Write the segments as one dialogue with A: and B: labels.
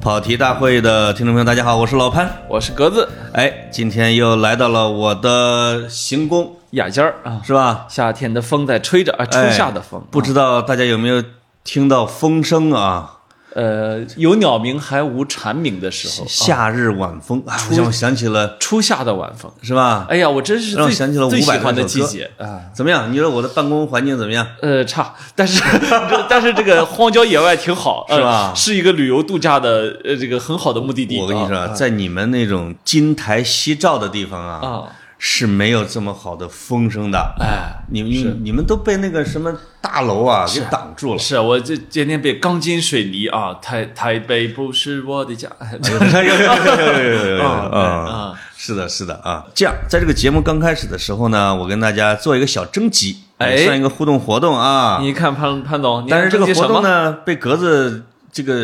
A: 跑题大会的听众朋友，大家好，我是老潘。
B: 我是格子
A: 哎，今天又来到了我的行宫，
B: 雅间儿啊，
A: 是吧？
B: 夏天的风在吹着啊，初
A: 哎
B: 夏的风，
A: 不知道大家有没有听到风声啊？
B: 呃，有鸟鸣还无蝉鸣的时候，
A: 夏日晚风啊，让我想起了，
B: 初夏的晚风。
A: 是吧？
B: 哎呀，我真是
A: 让我
B: 最
A: 想起了
B: 最
A: 伍
B: 喜
A: 佰
B: 欢
A: 那首
B: 的季
A: 歌
B: 节啊。
A: 怎么样？你说我的办公环境怎么样？
B: 呃，差，但是 但是这个荒郊野外挺好，呃
A: 是吧
B: 是一个旅游度假的呃这个很好的目的地。
A: 我跟你说，
B: 啊
A: 啊，在你们那种金台夕照的地方啊，
B: 啊，
A: 是没有这么好的风声的。
B: 哎，
A: 你你你们都被那个什么大楼啊给挡住了。
B: 是我这今天被钢筋水泥啊，台台北不是我的家，
A: 有有有有有有有
B: 啊
A: 啊！是的，是的啊。这样，在这个节目刚开始的时候呢，我跟大家做一个小征集，
B: 哎
A: 也算一个互动活动啊。
B: 你看潘潘总，你
A: 但是这个
B: 要征集
A: 活
B: 什么
A: 动呢，被格子这个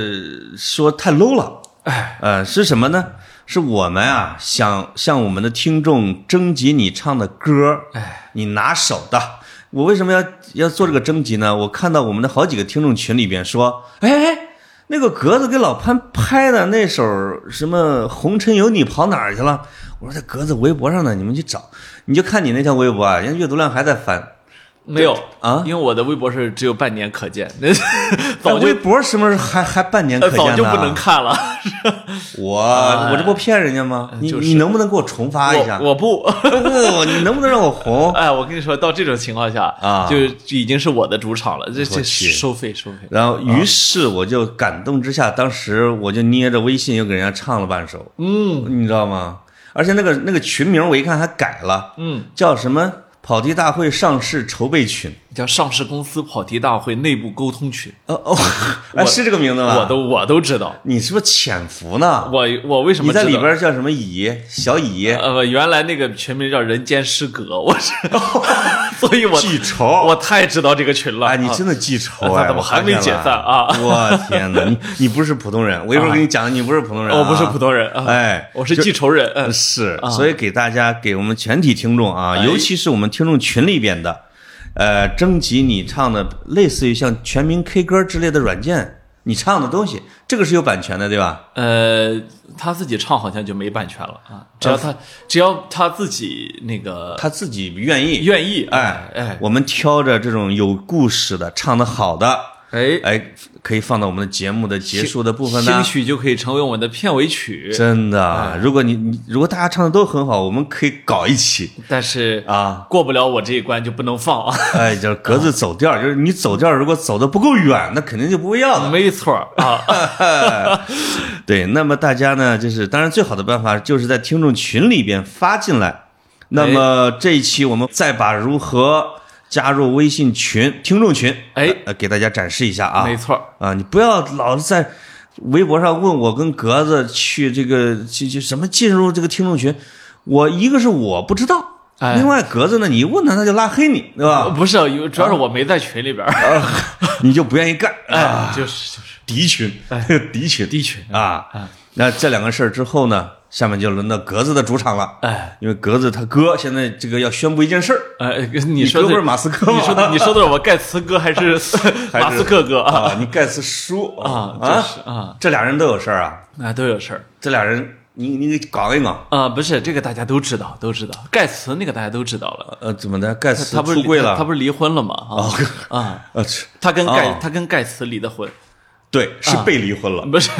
A: 说太 low 了。哎，呃，是什么呢？是我们啊，想向我们的听众征集你唱的歌，哎，你拿手的。我为什么要要做这个征集呢？我看到我们的好几个听众群里边说，哎，哎那个格子给老潘拍的那首什么《红尘有你跑哪儿去了》，我说在格子微博上呢，你们去找，你就看你那条微博啊，人家阅读量还在翻，
B: 没有
A: 啊
B: 因为我的微博是只有半年 可见，那
A: 在
B: 早就
A: 微博什么时候还还半年可
B: 呃
A: 见呢？
B: 早就不能看了。
A: 我、我这不骗人家吗？你、
B: 哎就是
A: 你能不能给我重发一下？
B: 我我不，
A: 不， 你能不能让我 红？
B: 哎，我跟你说到这种情况下
A: 啊
B: 就就已经是我的主场了，这
A: 我
B: 这
A: 去
B: 收费收费，
A: 然后，于是我就感动之下，当时我就捏着微信又给人家唱了半首，
B: 嗯
A: 你知道吗？而且那个那个群名我一看还改了，
B: 嗯，
A: 叫什么“跑题大会上市筹备群
B: 叫上市公司跑题大会内部沟通群，”。
A: 哦哦， 哎，
B: 我
A: 是这个名字吗？
B: 我都我都知道，
A: 你是不是潜伏呢？
B: 我我为什
A: 你
B: 么
A: 在
B: 知道
A: 里边叫什么乙小乙？
B: 呃，原来那个群名叫“人间失格”，我 是，所以我
A: 记仇
B: 我太知道这个群了。
A: 哎，你
B: 啊
A: 真的记仇
B: 啊
A: 哎！
B: 那怎么
A: 我发
B: 还没
A: 现
B: 解
A: 了
B: 散啊哎
A: 我天哪，你你不是普通人！我一会儿给你讲，你不是普通人啊，
B: 我不是普通人，啊
A: 哎
B: 我是记仇人。嗯
A: 是，所以给大家给我们全体听众啊，
B: 哎
A: 尤其是我们听众群里边的，呃，征集你唱的类似于像全民 K 歌之类的软件，你唱的东西，这个是有版权的，对吧？
B: 呃，他自己唱好像就没版权了啊，只要他只要他自己那个
A: 他自己愿意，
B: 愿意，
A: 哎
B: 哎
A: 我们挑着这种有故事的、唱的好的，
B: 哎，
A: 哎，可以放到我们的节目的结束的部分
B: 兴
A: 呢。
B: 许就可以成为我们的片尾曲。
A: 真
B: 哎
A: 的，啊如果你你如果大家唱的都很好，我们可以搞一 期
B: 但是
A: 啊。
B: 过不了我这一关就不能放啊，
A: 哎，就是格子走调儿，就是你走调儿，如果走的不够远，那肯定就不会要的。
B: 没错儿啊，
A: 对，那么大家呢，就是当然最好的办法就是在听众群里边发进来。那么
B: 哎
A: 这一期我们再把如何加入微信群、听众群，
B: 哎
A: 呃，给大家展示一下啊。
B: 没错儿。
A: 啊，你不要老是在微博上问我跟格子去这个去去什么进入这个听众群，我一个是我不知道，
B: 哎
A: 另外格子呢，你一问他他就拉黑你，对吧？
B: 呃不是，有主要是我没在群里边儿，
A: 你就不愿意干，
B: 哎，就是就是
A: 敌群， 敌群，
B: 低群，哎
A: 啊。那这两个事儿之后呢，下面就轮到格子的主场了，
B: 哎。
A: 因为格子他哥现在这个要宣布一件事儿，
B: 呃，你说
A: 哥
B: 的
A: 不是马斯克吗
B: 你说的你说的是我盖茨 哥还是马斯克哥啊？
A: 啊，你盖茨叔
B: 啊，就
A: 啊，
B: 是啊，
A: 这俩人都有事儿啊，
B: 那都有事儿
A: 这俩人你你给搞一搞。
B: 啊，不是这个大家都知道，都知道，盖茨那个大家都知道了，
A: 呃，怎么的？盖茨
B: 他不是
A: 出柜了？
B: 他不是离婚了吗？啊 啊，
A: 呃，是
B: 他跟
A: 哦
B: 盖他跟盖茨离的婚，
A: 对，是被离婚了。
B: 不是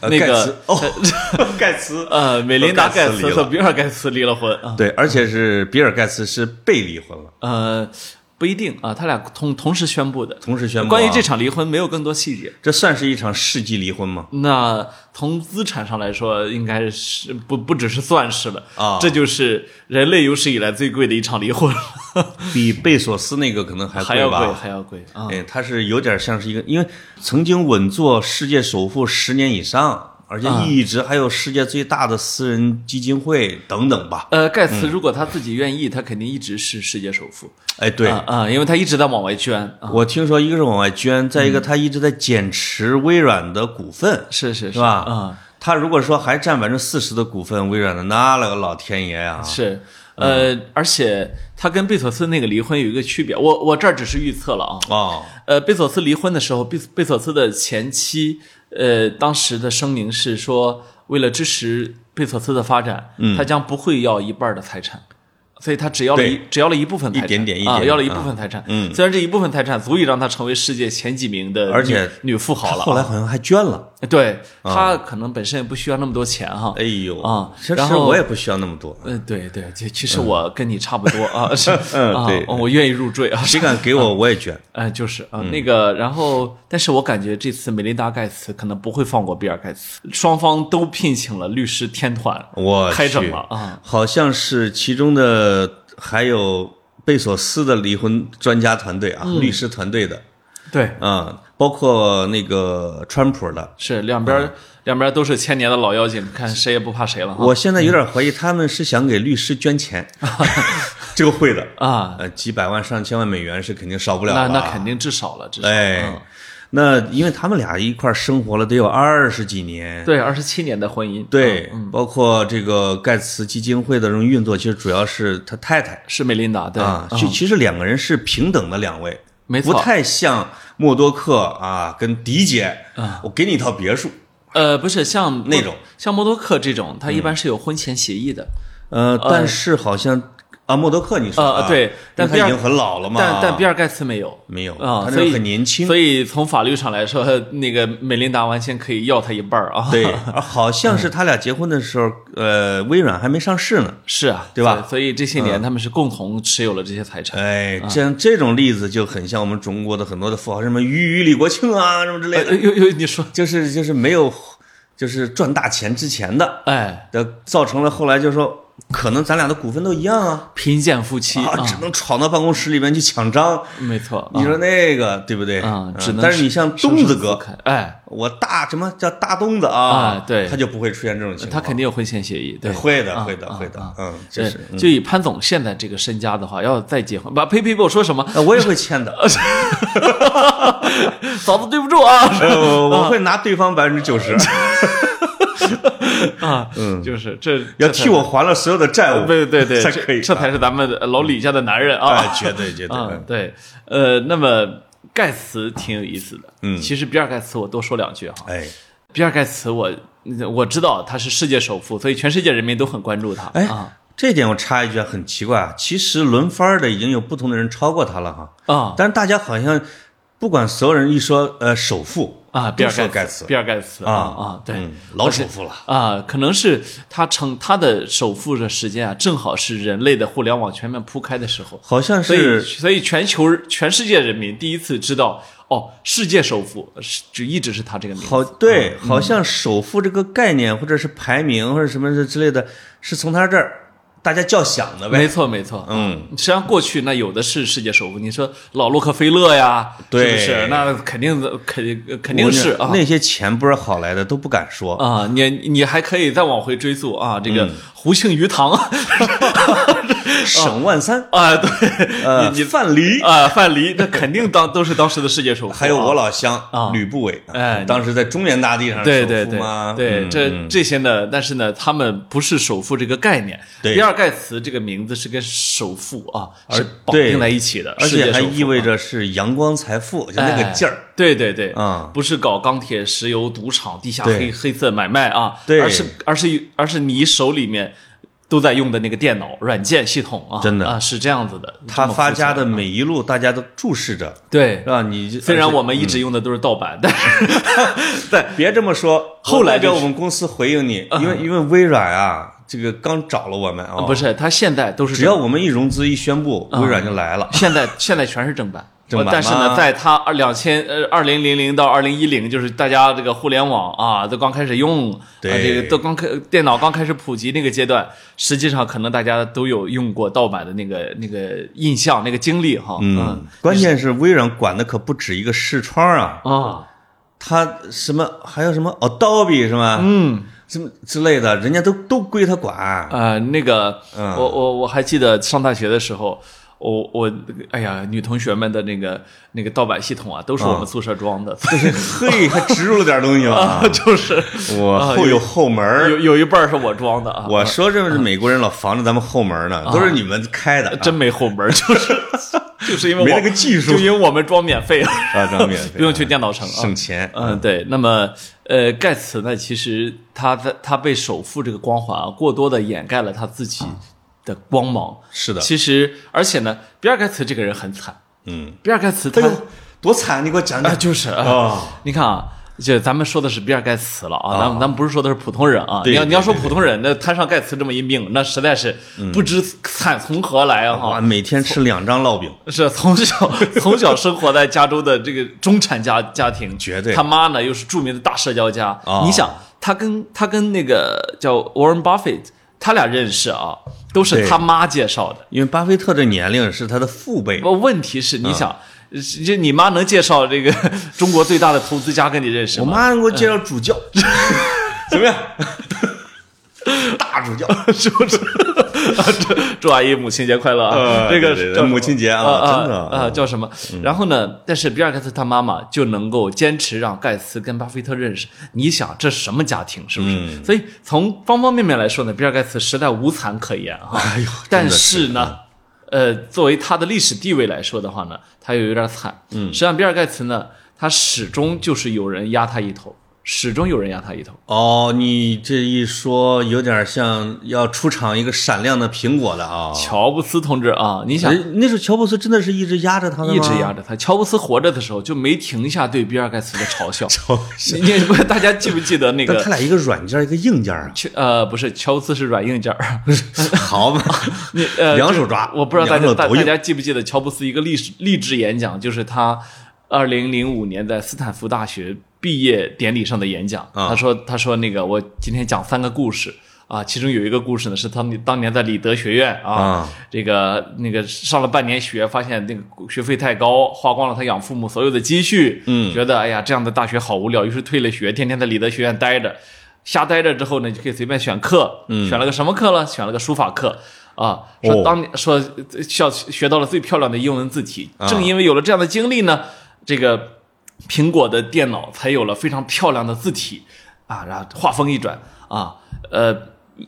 A: 呃
B: 啊那
A: 盖
B: 个
A: 茨哦， 盖茨
B: 呃，美琳达
A: 和盖
B: 盖
A: 茨离
B: 茨
A: 了
B: 和比尔盖茨离了婚啊，
A: 对，而且是比尔盖茨是被离婚了，
B: 呃，不一定啊，他俩同同时宣布的，
A: 同时宣布啊。
B: 关于这场离婚没有更多细节。
A: 这算是一场世纪离婚吗？
B: 那从资产上来说，应该是不不只是算是了
A: 啊
B: 这就是人类有史以来最贵的一场离婚了，
A: 比贝索斯那个可能还
B: 还要
A: 吧？
B: 贵，还要贵啊！
A: 哎，他是有点像是一个，因为曾经稳坐世界首富十年以上，而且
B: 啊
A: 一直还有世界最大的私人基金会等等吧。
B: 呃，盖
A: 嗯
B: 茨如果他自己愿意，他肯定一直是世界首富。
A: 哎，对，
B: 啊啊，因为他一直在往外捐啊。嗯
A: 我听说一个是往外捐，再一个他一直在减持微软的股份，
B: 是是
A: 是吧？嗯
B: 啊，
A: 他如果说还占百分之四十的股份微软的，那了个老天爷呀、
B: 是
A: 嗯
B: 呃，而且他跟贝索斯那个离婚有一个区别，我我这儿只是预测了啊。
A: 哦，
B: 呃，贝索斯离婚的时候，贝贝索斯的前妻，呃，当时的声明是说，为了支持贝索斯的发展，他将不会要一半儿的财产，所以他只要了一
A: 嗯对
B: 只要了一部分财产，
A: 一点点一
B: 啊
A: 点
B: 要了一
A: 啊
B: 部分财产。
A: 嗯
B: 虽然这一部分财产足以让他成为世界前几名的女，
A: 而且
B: 女富豪了 啊。
A: 后来好像还捐了。
B: 对他可能本身也不需要那么多钱哈。
A: 嗯哎呦
B: 啊
A: 其实
B: 然后
A: 我也不需要那么多，
B: 嗯，对对，其其实我跟你差不多啊，是
A: 嗯
B: 啊
A: 对，
B: 我愿意入赘啊，
A: 谁敢嗯给我我也捐。
B: 哎，就是啊、那个，然后，但是我感觉这次梅琳达·盖茨可能不会放过比尔·盖茨，双方都聘请了律师天团，
A: 我
B: 开整
A: 去
B: 了啊，
A: 好像是其中的还有贝索斯的离婚专家团队啊，律师团队的
B: 对，
A: 啊、包括那个川普的。
B: 是两边、两边都是千年的老妖精，看谁也不怕谁了哈。
A: 嗯我现在有点怀疑他们是想给律师捐 钱，这个会的，
B: 啊，
A: 呃，几百万上千万美元是肯定少不了
B: 那
A: 了。
B: 那肯定至少了，至少、嗯
A: 哎，那因为他们俩一块儿生活了得有二十几年，
B: 对，二十七年的婚姻，
A: 对
B: 嗯，
A: 包括这个盖茨基金会的这种运作，其实主要是他太太
B: 是梅琳达，对，
A: 啊，
B: 嗯
A: 其其实两个人是平等的两位，
B: 没
A: 不
B: 错，
A: 太像默多克啊跟迪姐，
B: 嗯
A: 我给你一套别墅，
B: 呃，不是像
A: 那种嗯
B: 像默多克这种，他一般是有婚前协议的，
A: 呃，但是好像啊默多克你说
B: 呃
A: 啊，
B: 对
A: 但
B: 但
A: 他
B: 比
A: 已
B: 尔
A: 经很老了嘛，
B: 但但比尔盖茨没有，
A: 没有，
B: 啊
A: 他那
B: 所以
A: 个很年轻，
B: 所以从法律上来说，那个美琳达完全可以要他一半儿啊。
A: 对，而好像
B: 嗯
A: 是他俩结婚的时候，呃，微软还没上市呢。
B: 是啊，
A: 对吧嗯
B: 所以所以这些年他们是共同持有了这些财产。
A: 哎，像这种例子就很像我们中国的很多的富豪，什么俞渝、李国庆啊，什么之类
B: 呃
A: 的，
B: 呃呦呦，你说，
A: 就是就是没有，就是赚大钱之前的，
B: 哎，
A: 的造成了后来就说，可能咱俩的股份都一样啊，
B: 贫贱夫妻
A: 啊，只能闯到办公室里面去抢章。
B: 没错啊
A: 你说那个对不对？
B: 啊
A: 嗯，
B: 只能
A: 但是你像东子
B: 哥
A: 哥，，
B: 哎，
A: 我大什么叫大东子
B: 啊
A: 啊？
B: 对
A: 他就不会出现这种情
B: 他
A: 况。
B: 肯定有婚前协议，对，
A: 会的，
B: 啊
A: 会的，
B: 啊
A: 会的
B: 啊。
A: 嗯，这
B: 对
A: 是。，
B: 就以潘总现在这个身家的话，要再结婚，把呸呸呸，我说什么？
A: 呃我也会签的，
B: 嫂子，对不住啊！
A: 呃，我我会拿对方百分之九 十，
B: 啊，就是这
A: 嗯要
B: 这才
A: 替我还了所有的债务，
B: 对对对，
A: 才
B: 这
A: 可以。
B: 这才是咱们老李家的男人啊
A: 啊，！绝对绝对。
B: 啊
A: 嗯，
B: 对，呃，那么盖茨挺有意思的，
A: 嗯
B: 其实比尔盖茨我多说两句哈，
A: 哎
B: 比尔盖茨我我知道他是世界首富，所以全世界人民都很关注他，啊
A: 哎，这点我插一句啊，很奇怪啊，其实轮番的已经有不同的人超过他了哈，
B: 啊
A: 但是大家好像不管所有人一说呃首富
B: 啊，比尔
A: 都说
B: 盖
A: 盖茨
B: 比尔盖茨啊啊，对
A: 嗯，老首富了，
B: 啊，可能是他成他的首富的时间啊，正好是人类的互联网全面铺开的时候，
A: 好像
B: 所以，
A: 是
B: 所以全球全世界人民第一次知道，哦，世界首富是就一直是他这个名字。
A: 好对，
B: 嗯
A: 好像首富这个概念或者是排名或者什么之类的，是从他这儿大家叫响的
B: 没
A: 呗。
B: 错，没错。
A: 嗯，
B: 实际上过去那有的是世界首富，你说老洛克菲勒呀，
A: 对
B: 是不是？那肯定肯肯定是
A: 我
B: 啊
A: 那那些钱不是好来的都不敢说，
B: 啊！你你还可以再往回追溯啊，这
A: 嗯
B: 个胡庆 余堂
A: 沈万三，
B: 啊，对
A: 呃，
B: 你
A: 范蠡，
B: 啊，范蠡，那肯定当都是当时的世界首富啊。
A: 还有我老乡
B: 啊
A: 吕不韦，
B: 哎
A: 当时在中原大地上是
B: 对
A: 首
B: 对
A: 富
B: 对
A: 嘛
B: 对，
A: 嗯
B: 这这些呢，但是呢，他们不是首富这个概念。
A: 对
B: 比尔盖茨这个名字是跟首富啊
A: 而
B: 是绑定在一起的，
A: 而
B: 世界
A: 且还
B: 首富
A: 意味
B: 啊
A: 着是阳光财富，就那个劲儿
B: 哎。对对对，
A: 嗯
B: 不是搞钢铁、石油、赌场、地下
A: 对
B: 黑黑色买卖啊，
A: 对
B: 而是而是而是你手里面都在用的那个电脑软件系统啊，
A: 真的
B: 啊是这样子的。
A: 他
B: 这么复杂
A: 发家的每一路，大家都注视着，
B: 对
A: 是，嗯吧？你就
B: 虽然
A: 而且
B: 我们一直用的都是盗版，但是但
A: 别这么说，
B: 后来
A: 我代
B: 就
A: 表
B: 是嗯
A: 我们公司回应你，因为因为微软啊，这个刚找了我们啊，
B: 不是他现在都是
A: 只要我们一融资一宣布，微软就来了。
B: 现在现在全是正版。呃
A: 正版吗
B: 但是呢，在他二两千呃二零零零到二零一零，就是大家这个互联网啊，都刚开始用，啊，
A: 对
B: 这个都刚开电脑刚开始普及那个阶段，实际上可能大家都有用过盗版的那个那个印象、那个经历哈，
A: 嗯，关键是微软管的可不止一个视窗啊，
B: 啊啊，
A: 它什么还有什么哦 Adobe 是吗？
B: 嗯
A: 什么之类的，人家都都归他管。
B: 呃，那个
A: 嗯
B: 我我我还记得上大学的时候。我我哎呀，女同学们的那个那个盗版系统啊，都是我
A: 嗯
B: 们宿舍装的， 所以
A: 嘿，还植入了点东西 吧？
B: 就是
A: 我后有后门儿
B: 啊有有一半是我装的啊，
A: 我说这是美国人老防着咱们后门呢，都是你们开的啊，
B: 真没后门，就是就是因为我
A: 没那个技术
B: 就因为我们装免费啊，
A: 啊， 咱们免费
B: 不用去电脑城啊，
A: 省钱。
B: 嗯，对。那么，呃，盖茨呢，其实他在他被首富这个光环啊，过多的掩盖了他自己的光芒。
A: 是的，
B: 其实，而且呢，比尔盖茨这个人很惨。
A: 嗯，
B: 比尔盖茨他
A: 哎呦，多惨！你给我讲
B: 啊，
A: 讲。
B: 就是
A: 哦
B: 啊，你看啊。就咱们说的是比尔盖茨了啊，咱们咱们不是说的是普通人啊。
A: 对
B: 你要
A: 对嗯
B: 你要说普通人，那摊上盖茨这么一命，那实在是不知惨从何来啊！哈
A: 哇，，每天吃两张烙饼，
B: 是从小从小生活在加州的这个中产家家庭，
A: 绝对
B: 他妈呢又是著名的大社交家。
A: 哦
B: 你想，他跟他跟那个叫 Warren Buffett，他俩认识啊，都是
A: 对
B: 他妈介绍的。
A: 因为巴菲特这年龄是他的父辈。
B: 不，问题是
A: 嗯
B: 你想，这、你妈能介绍这个 中国最大的投资家跟你认识
A: 我
B: 吗？
A: 妈给我介绍主教，
B: 嗯
A: 怎么样？ 大主 教，
B: 是不是？祝祝阿姨母亲节快乐啊！
A: 呃
B: 这
A: 对对
B: 个
A: 对
B: 叫什么
A: 母亲节啊真的
B: 啊叫什么？然后呢？但是比尔盖茨他妈妈就能够坚持让盖茨跟巴菲特认识。你想这什么家庭是不是？所以从方方面面来说呢，比尔盖茨实在无惨可言啊！哎呦， 但是呢。呃，作为他的历史地位来说的话呢，他又有点惨。嗯，实际上比尔盖茨呢，他始终就是有人压他一头，始终有人压他一头。
A: 哦，你这一说有点像要出场一个闪亮的苹果了啊！
B: 乔布斯同志啊，你想
A: 哎，那时候乔布斯真的是一直压着他的吗？
B: 一直压着他。乔布斯活着的时候就没停下对比尔盖茨的 嘲笑。你你不大家记不记得那
A: 但他
B: 个？
A: 俩一个软件一个硬件啊，
B: 乔呃，不是，乔布斯是软硬 件儿，
A: 好嘛，
B: 你呃，
A: 两
B: 就是
A: 手抓
B: 我不知道大
A: 两
B: 家
A: 手
B: 大
A: 都
B: 大
A: 硬
B: 家记不记得乔布斯一个励志励志演讲，就是他二零零五年在斯坦福大学毕业典礼上的演讲。
A: 啊
B: 他说他说那个我今天讲三个故事啊，其中有一个故事呢是他们当年在里德学院啊，
A: 啊
B: 这个那个上了半年学，发现那个学费太高，花光了他养父母所有的积蓄，嗯，觉得哎呀这样的大学好无聊，于是退了学，天天在里德学院待着。瞎待着之后呢，就可以随便选课，嗯、选了个什么课呢？选了个书法课啊。说
A: 哦
B: 当年、说呃校学到了最漂亮的英文字体，正因为有了这样的经历呢，这个苹果的电脑才有了非常漂亮的字体啊。然后话锋一转啊，呃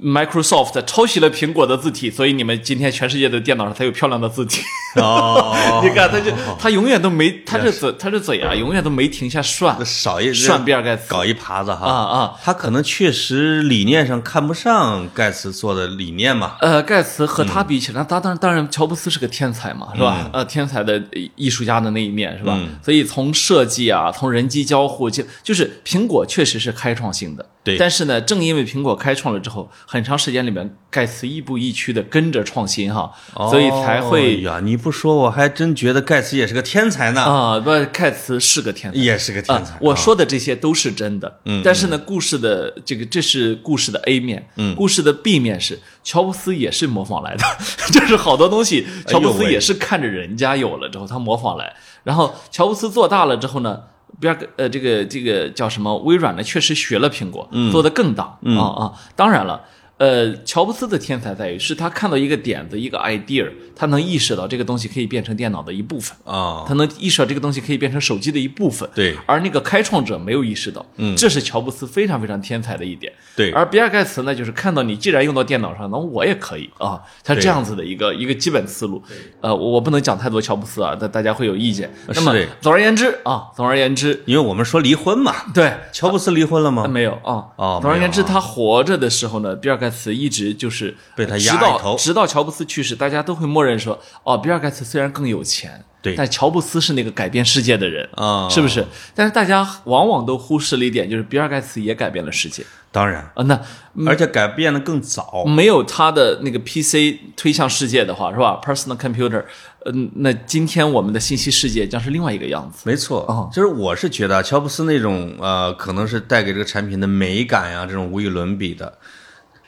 B: ，Microsoft 抄袭了苹果的字体，所以你们今天全世界的电脑上才有漂亮的字体。
A: 哦，
B: 啊 你看，他就他永远都没他这嘴他这嘴啊，永远都没停下涮
A: 那少一
B: 涮比尔盖茨
A: 搞一耙子哈
B: 啊啊！
A: 他可能确实理念上看不上盖茨做的理念嘛，
B: 呃，盖茨和他
A: 嗯
B: 比起来，他当然当然，乔布斯是个天才嘛，是吧？呃，天才的艺术家的那一面是吧？
A: 嗯
B: 所以从设计啊，从人机交互，就就是苹果确实是开创性的。
A: 对
B: 但是呢，正因为苹果开创了之后，很长时间里面，盖茨亦步亦趋的跟着创新哈，所以才
A: 哦
B: 会
A: 呀，你不说我还真觉得盖茨也是个天才呢，
B: 啊，不、盖茨是个天才。
A: 也是个天才
B: 啊。我说的这些都是真的，嗯，但是呢，故事的这个这是故事的 A 面，嗯，故事的 B 面是乔布斯也是模仿来的， 就是好多东西乔布斯
A: 喂
B: 也是看着人家有了之后他模仿来，然后乔布斯做大了之后呢。比尔盖呃，这个这个叫什么？微软呢，确实学了苹果，做得更大啊啊！当然了，呃，乔布斯的天才在于是他看到一个点子，一个 idea，他能意识到这个东西可以变成电脑的一部分。
A: 啊，
B: 他能意识到这个东西可以变成手机的一部分。
A: 对
B: 而那个开创者没有意识到，嗯，这是乔布斯非常非常天才的一点。
A: 对
B: 而比尔盖茨呢，就是看到你既然用到电脑上，那我也可以啊，他
A: 对
B: 这样子的一个一个基本思路。呃，我我不能讲太多乔布斯啊，但大家会有意见。那么
A: 呃是的
B: 总而言之啊，总而言之，
A: 因为我们说离婚嘛，
B: 对。
A: 乔布斯离婚了吗？
B: 没有啊，
A: 哦
B: 总而言之，
A: 没有
B: 他活着的时候呢，比尔盖茨一直就是
A: 被他
B: 直
A: 压一
B: 到
A: 头
B: 直到乔布斯去世，大家都会默认说，哦，比尔盖茨虽然更有钱，
A: 对
B: 但乔布斯是那个改变世界的人
A: 啊
B: 是不是？但是大家往往都忽视了一点，就是比尔盖茨也改变了世界
A: 当然，
B: 啊。那
A: 而且改变的更早。
B: 没有他的那个 PC 推向世界的话，是吧？Personal computer，嗯、那今天我们的信息世界将是另外一个样子。
A: 没错，
B: 哦
A: 就是我是觉得啊乔布斯那种呃，可能是带给这个产品的美感啊呀、这种无与伦比的。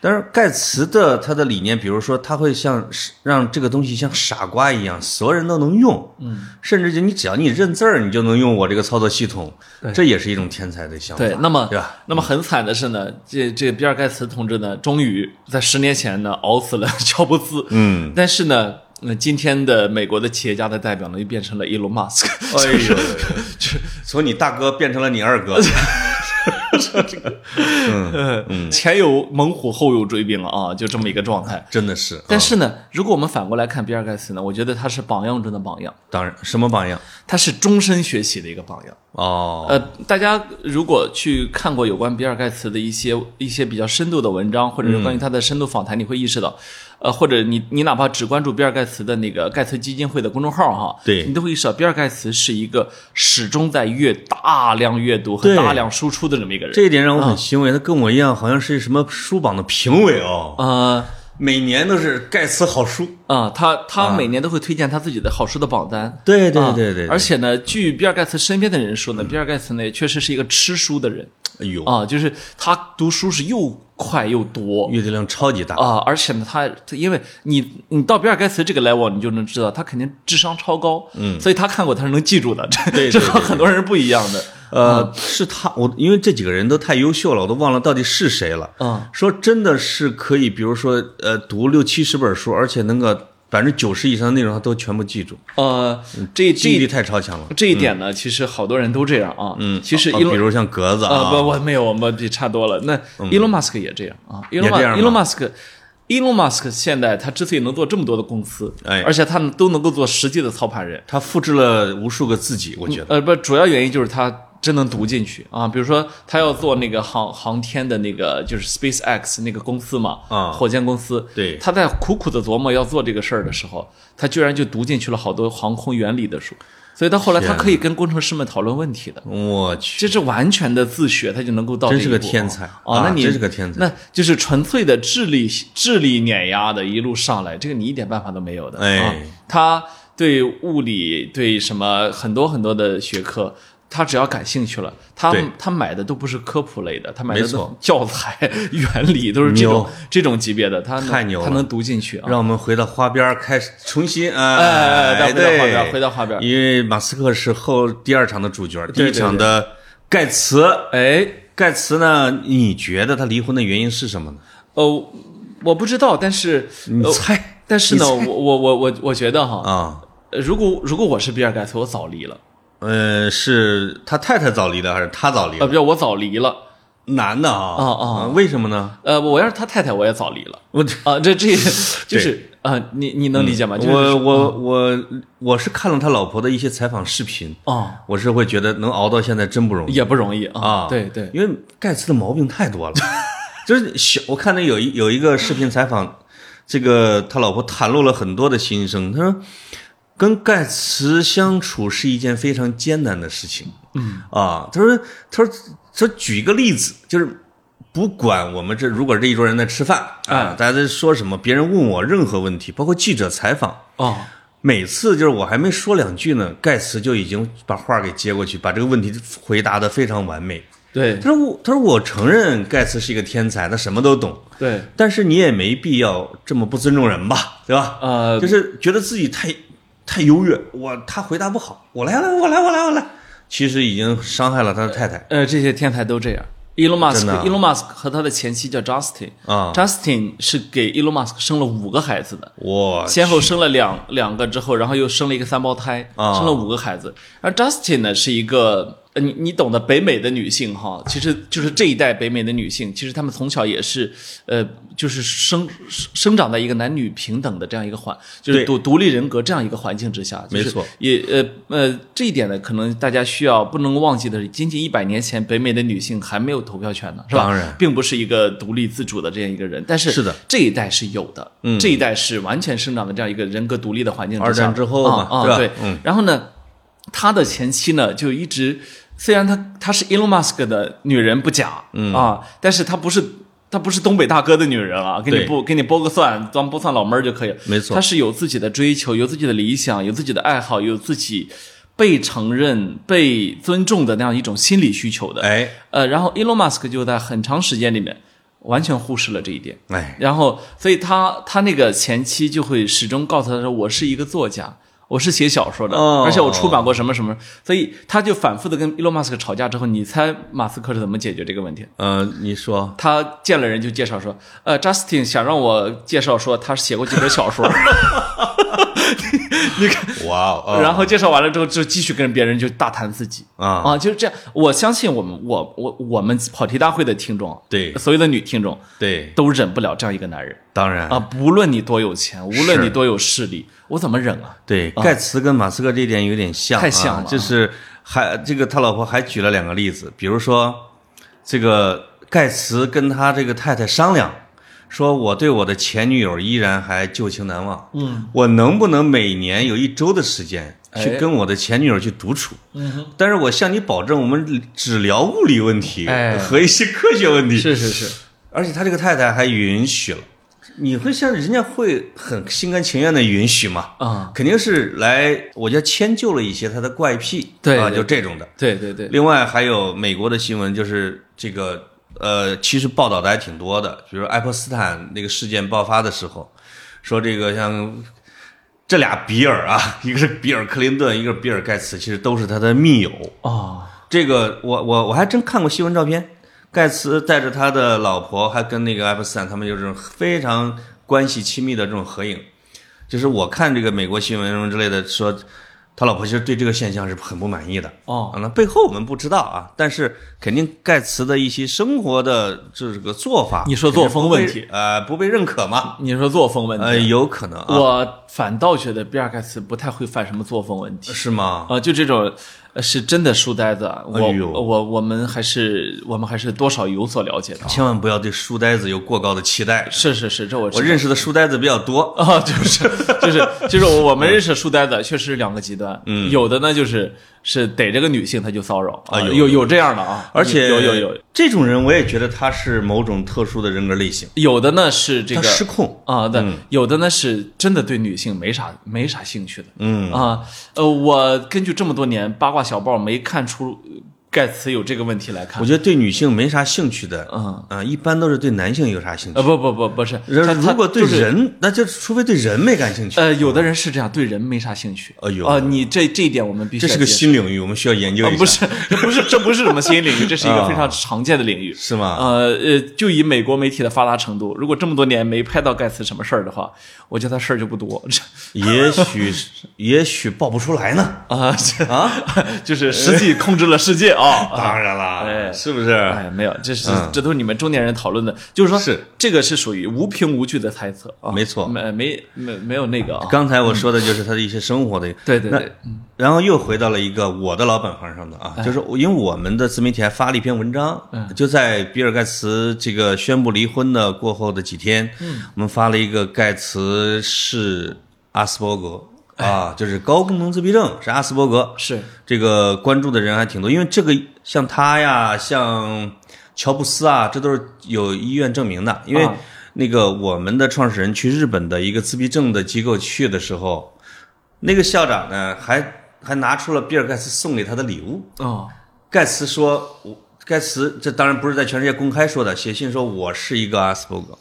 A: 但是盖茨的他的理念，比如说他会像让这个东西像傻瓜一样，所有人都能用，嗯，甚至就你只要你认字儿，你就能用我这个操作系统，这也是一种天才的想法。
B: 对，那么
A: 对吧
B: 那么很惨的是呢，这这比尔盖茨同志呢，终于在十年前呢熬死了 乔布斯。
A: 嗯，
B: 但是呢，那今天的美国的企业家的代表呢，就变成了伊隆马斯克。
A: 哎呦， 从你大哥变成了你二哥。
B: 嗯，前有猛虎，后有追兵啊，就这么一个状态。
A: 真的是，哦
B: 但是
A: 嗯
B: 呢，如果我们反过来看比尔盖茨呢，我觉得他是榜样中的榜样，
A: 当然什么榜样
B: 他是终身学习的一个榜样。
A: 哦，
B: 呃，大家如果去看过有关比尔盖茨的一些一些比较深度的文章，或者
A: 嗯
B: 是关于他的深度访谈，你会意识到，呃，或者你你哪怕只关注比尔盖茨的那个盖茨基金会的公众号哈，
A: 对
B: 你都会意识到比尔盖茨是一个始终在阅大量阅读和
A: 对
B: 大量输出的这么一个人。
A: 这一点让我很欣慰。他跟我一样，好像是什么书榜的评委哦，
B: 呃
A: 每年都是盖茨好书。
B: 啊、他他每年都会推荐他自己的好书的榜单。
A: 对对
B: 啊
A: 对嗯对，
B: 而且呢，据比尔盖茨身边的人说呢，比尔盖茨呢也确实是一个吃书的人
A: 哎呦，
B: 啊，就是他读书是又快又多
A: 阅读量超级大。
B: 啊，而且呢，他他因为你你到比尔盖茨这个 level，你就能知道他肯定智商超高，嗯，所以他看过他是能记住的，这
A: 对对
B: 这
A: 对
B: 和很多人不一样的。
A: 呃，是他，我因为这几个人都太优秀了，我都忘了到底是谁了。
B: 嗯，
A: 说真的是可以，比如说呃，读六七十本书，而且能够百分之九十以上的内容他都全部记住，
B: 呃，这
A: 嗯记忆
B: 这
A: 力太超强了。
B: 这一点呢，其实好多人都这样啊，嗯，其实
A: 啊
B: 一
A: 比如像格子
B: 啊，
A: 啊，嗯
B: 不，我没有，我们比差多了。那伊隆马斯克也这样啊，伊隆
A: 也这样吗
B: 伊隆马斯克，伊隆马斯克现在他之所以能做这么多的公司，
A: 哎
B: 而且他都能够做实际的操盘人，
A: 他复制了无数个自己，我觉得。
B: 呃，不，主要原因就是他。真能读进去啊！比如说，他要做那个航航天的那个，就是 SpaceX 那个公司嘛，
A: 啊
B: 火箭公司。
A: 对
B: 他在苦苦的琢磨要做这个事儿的时候，他居然就读进去了好多航空原理的书，所以到后来他可以跟工程师们讨论问题的。
A: 我去，
B: 这是完全的自学，他就能够到这
A: 真
B: 一
A: 是个
B: 步
A: 天才
B: 哦
A: 啊
B: 那你
A: 真是个天才
B: 那就是纯粹的智力智力碾压的，一路上来，这个你一点办法都没有的。
A: 哎
B: 啊，他对物理对什么很多很多的学科。他只要感兴趣了，他
A: 对
B: 他买的都不是科普类的，他买
A: 没
B: 的
A: 错
B: 都教材、原理都是这种
A: 牛
B: 这种级别的，他能
A: 太牛
B: 他
A: 了
B: 能读进去啊！
A: 让我们回到花边儿开始重新啊，
B: 哎哎哎回到
A: 对
B: 花边儿回到花边儿
A: 因为马斯克是后第二场的主角，第
B: 对
A: 一场的盖茨。
B: 哎，
A: 盖茨呢？你觉得他离婚的原因是什么呢？
B: 哦，我不知道，但是
A: 你
B: 呃
A: 猜
B: 但是呢，
A: 你
B: 我我我我我觉得哈，
A: 啊？
B: 呃如果如果我是比尔盖茨，我早离了，
A: 呃，是他太太早离的还是他早离
B: 呃，
A: 的？
B: 不叫我早离了，
A: 男的啊，
B: 啊啊
A: 嗯为什么呢？
B: 呃，我要是他太太，我也早离了，
A: 我嗯
B: 啊，这这就是啊，你你能理解吗？就是
A: 我我我我是看了他老婆的一些采访视频，
B: 啊，
A: 我是会觉得能熬到现在真不容易
B: 也不容易啊
A: 啊，，
B: 对对，
A: 因为盖茨的毛病太多了，就是小我看那有一有一个视频采访，这个他老婆袒露了很多的心声，他说。跟盖茨相处是一件非常艰难的事情，嗯啊，他说，他说，他说举一个例子，就是不管我们这如果这一桌人在吃饭啊，大家在说什么，别人问我任何问题，包括记者采访，
B: 哦，
A: 每次就是我还没说两句呢，盖茨就已经把话给接过去，把这个问题回答的非常完美，
B: 对
A: 他说我，他说我承认盖茨是一个天才，他什么都懂，
B: 对，
A: 但是你也没必要这么不尊重人吧，对吧？
B: 呃
A: 就是觉得自己太太优越，我他回答不好，我来了，我来，我来，我来，其实已经伤害了他的太太
B: 呃，这些天才都这样。伊隆马斯
A: 真的
B: 克，
A: 啊
B: 伊隆马斯克和他的前妻叫 Justin，Justin、
A: 啊！
B: Justin 是给伊隆马斯克生了五个孩子的，
A: 我
B: 呃先后生了两两个之后，然后又生了一个三胞胎，
A: 啊
B: 生了五个孩子。而 Justin 呢是一个，呃你你懂得北美的女性哈，其实就是这一代北美的女性，其实她们从小也是，呃，就是生生生长在一个男女平等的这样一个环，就是
A: 对
B: 独独立人格这样一个环境之下，就是
A: 没错
B: 也呃呃这一点呢，可能大家需要不能忘记的是，仅仅一百年前北美的女性还没有投票权呢，是吧？
A: 当然
B: 并不是一个独立自主的这样一个人，但是
A: 是的，
B: 这一代是有的，嗯，这一代是完全生长的这样一个人格独立的环境
A: 二
B: 之下。
A: 战之后嘛
B: 啊
A: 是吧
B: 啊，对，
A: 嗯
B: 然后呢，他的前妻呢就一直，虽然他他是 Elon Musk 的女人不假，嗯啊，但是他不是。她不是东北大哥的女人啊，给你
A: 对
B: 剥给你剥个蒜，当剥蒜老妹儿就可以了。
A: 没错
B: 她是有自己的追求，有自己的理想，有自己的爱好，有自己被承认、被尊重的那样一种心理需求的。
A: 哎
B: 呃，然后 Elon Musk 就在很长时间里面完全忽视了这一点。
A: 哎
B: 然后，所以他他那个前妻就会始终告诉他说：“我是一个作家，我是写小说的，
A: 哦
B: 而且我出版过什么什么。”所以他就反复的跟伊隆马斯克吵架之后，你猜马斯克是怎么解决这个问题？
A: 呃，你说
B: 他见了人就介绍说：“呃，Justin 想让我介绍说他写过几本小说。”你看，
A: 哇哦，
B: 然后介绍完了之后，就继续跟别人就大谈自己
A: 啊
B: 啊，就是这样。我相信我们，我我我们跑题大会的听众，
A: 对
B: 所有的女听众，
A: 对，
B: 都忍不了这样一个男人
A: 当然
B: 啊！不论你多有钱，无论你多有势力，我怎么忍啊？
A: 对，盖茨跟马斯克这点有点像、啊，
B: 太像了啊
A: 就是还这个他老婆还举了两个例子，比如说这个盖茨跟他这个太太商量，说我对我的前女友依然还旧情难忘，嗯，我能不能每年有一周的时间去
B: 哎
A: 跟我的前女友去独处？嗯，但是我向你保证，我们只聊物理问题
B: 哎
A: 和一些科学问题，
B: 是是是，
A: 而且他这个太太还允许了，你会像人家会很心甘情愿的允许吗？
B: 啊，
A: 肯定是来，我觉得迁就了一些他的怪癖，
B: 对
A: 啊，
B: 对
A: 就这种的。
B: 对对对，
A: 另外还有美国的新闻，就是这个呃，其实报道的还挺多的，比如爱泼斯坦那个事件爆发的时候，说这个像这俩比尔啊， 一个是比尔克林顿，一个是比尔盖茨，其实都是他的密友。
B: 哦，
A: 这个我我我还真看过新闻照片，盖茨带着他的老婆，还跟那个爱泼斯坦他们有这种非常关系亲密的这种合影。就是我看这个美国新闻什么之类的，说他老婆其实对这个现象是很不满意的。
B: 哦
A: 啊，那背后我们不知道啊，但是肯定盖茨的一些生活的这个做法，
B: 你说作风问题
A: 肯定不被，呃，不被认可吗？
B: 你说作风问题，
A: 呃，有可能啊，
B: 哎我反倒觉得比尔盖茨不太会犯什么作风问题
A: 是吗？
B: 啊、就这种呃是真的书呆子啊。我、
A: 哎呦
B: 我我们还是我们还是多少有所了解的啊。
A: 千万不要对书呆子有过高的期待。
B: 是是是，这我知
A: 我
B: 道
A: 认识的书呆子比较多，
B: 啊，就是就是就是我们认识的书呆子，确实是两个极端，嗯，哎有的呢就是是逮着个女性他就骚扰
A: 啊有
B: 有有这样的啊，
A: 而且
B: 有有有
A: 这种人，我也觉得他是某种特殊的人格类型，
B: 有的呢是这
A: 他
B: 个
A: 失控。
B: 啊，对，
A: 嗯
B: 有的呢是真的对女性没啥没啥兴趣的，
A: 嗯
B: 啊，呃，我根据这么多年八卦小报没看出呃盖茨有这个问题来看
A: 我，觉得对女性没啥兴趣的，
B: 嗯
A: 啊，一般都是对男性有啥兴趣
B: 呃，。不不不不是，他
A: 人
B: 他
A: 如果对
B: 就是
A: 人，那就除非对人没感兴趣，
B: 呃，有的人是这样，对人没啥兴趣，
A: 哎呦
B: 啊，你这这一点我们必须
A: 这是
B: 要
A: 个
B: 接受
A: 新领域，我们需要研究一
B: 啊
A: 下。
B: 不是，这 不是，这不是什 么新领域，这是一个非常常见的领域。
A: 啊是吗？
B: 呃呃，就以美国媒体的发达程度，如果这么多年没拍到盖茨什么事儿的话，我觉得他事儿就不多。
A: 也许也许爆不出来呢。
B: 啊这啊， 就是实际控制了世界啊。
A: 当然啦，
B: 哎
A: 是不是？
B: 哎，没有，这是这都是你们中年人讨论的，就是说，
A: 是
B: 这个是属于无凭无据的猜测啊，
A: 没错
B: 没没没没有那个啊，
A: 刚才我说的就是他的一些生活的，
B: 对对
A: 那
B: 对，
A: 嗯然后又回到了一个我的老本行上的啊，就是我因为我们的自媒体还发了一篇文章，就在比尔盖茨这个宣布离婚的过后的几天，我们发了一个盖茨是阿斯伯格啊，就是高功能自闭症是阿斯伯格，
B: 是
A: 这个关注的人还挺多，因为这个像他呀，像乔布斯啊，这都是有医院证明的。因为
B: 啊
A: 那个我们的创始人去日本的一个自闭症的机构去的时候，那个校长呢还还拿出了比尔盖茨送给他的礼物。
B: 哦，
A: 盖茨说：“我盖茨这当然不是在全世界公开说的，写信说我是一个阿斯伯格，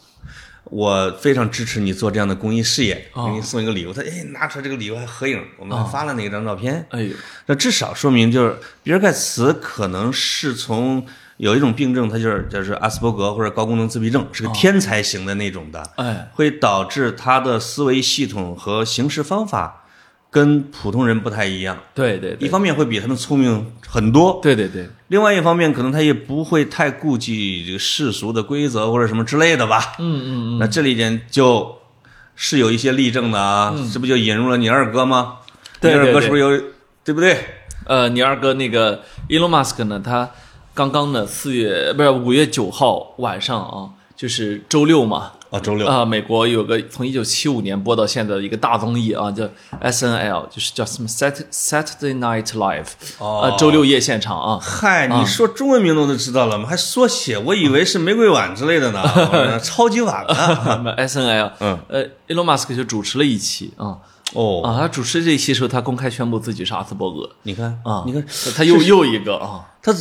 A: 我非常支持你做这样的公益事业，给你送一个礼物。他哎拿出来这个礼物还合影，我们还发了那张照片。
B: 哎呦，
A: 那至少说明就是比尔盖茨可能是从有一种病症，它就是就是阿斯伯格或者高功能自闭症，
B: 哦
A: 是个天才型的那种的，
B: 哎，
A: 会导致他的思维系统和行事方法跟普通人不太一样。
B: 对对
A: 一
B: 对，
A: 方面会比他们聪明很多，
B: 对对对，
A: 另外一方面可能他也不会太顾忌这个世俗的规则或者什么之类的吧。
B: 嗯嗯，
A: 那这里边就是有一些例证的啊，这不就引入了你二哥吗？
B: 嗯对
A: 你二哥
B: 对
A: 是不是有对不对？
B: 呃，你二哥那个 Elon Musk 呢，他刚刚呢四月不是五月九号晚上啊，就是周六嘛，
A: 哦，周六
B: 啊、美国有个从一九七五年播到现在的一个大综艺啊，叫 S N L，就是叫什么 Sat Saturday Night Live，啊、
A: 哦
B: 周六夜现 场啊。
A: 嗨，你说中文名都都知道了吗？还缩写，我以为是玫瑰碗之类 的呢，我说超级碗呢。
B: S N L，
A: 嗯，
B: 呃，Elon Musk 就主持了一期啊、
A: 哦，
B: 啊，他主持这一期的时候，他公开宣布自己是阿斯伯格
A: 你看
B: 啊，
A: 你看
B: 他又又一个啊，
A: 他这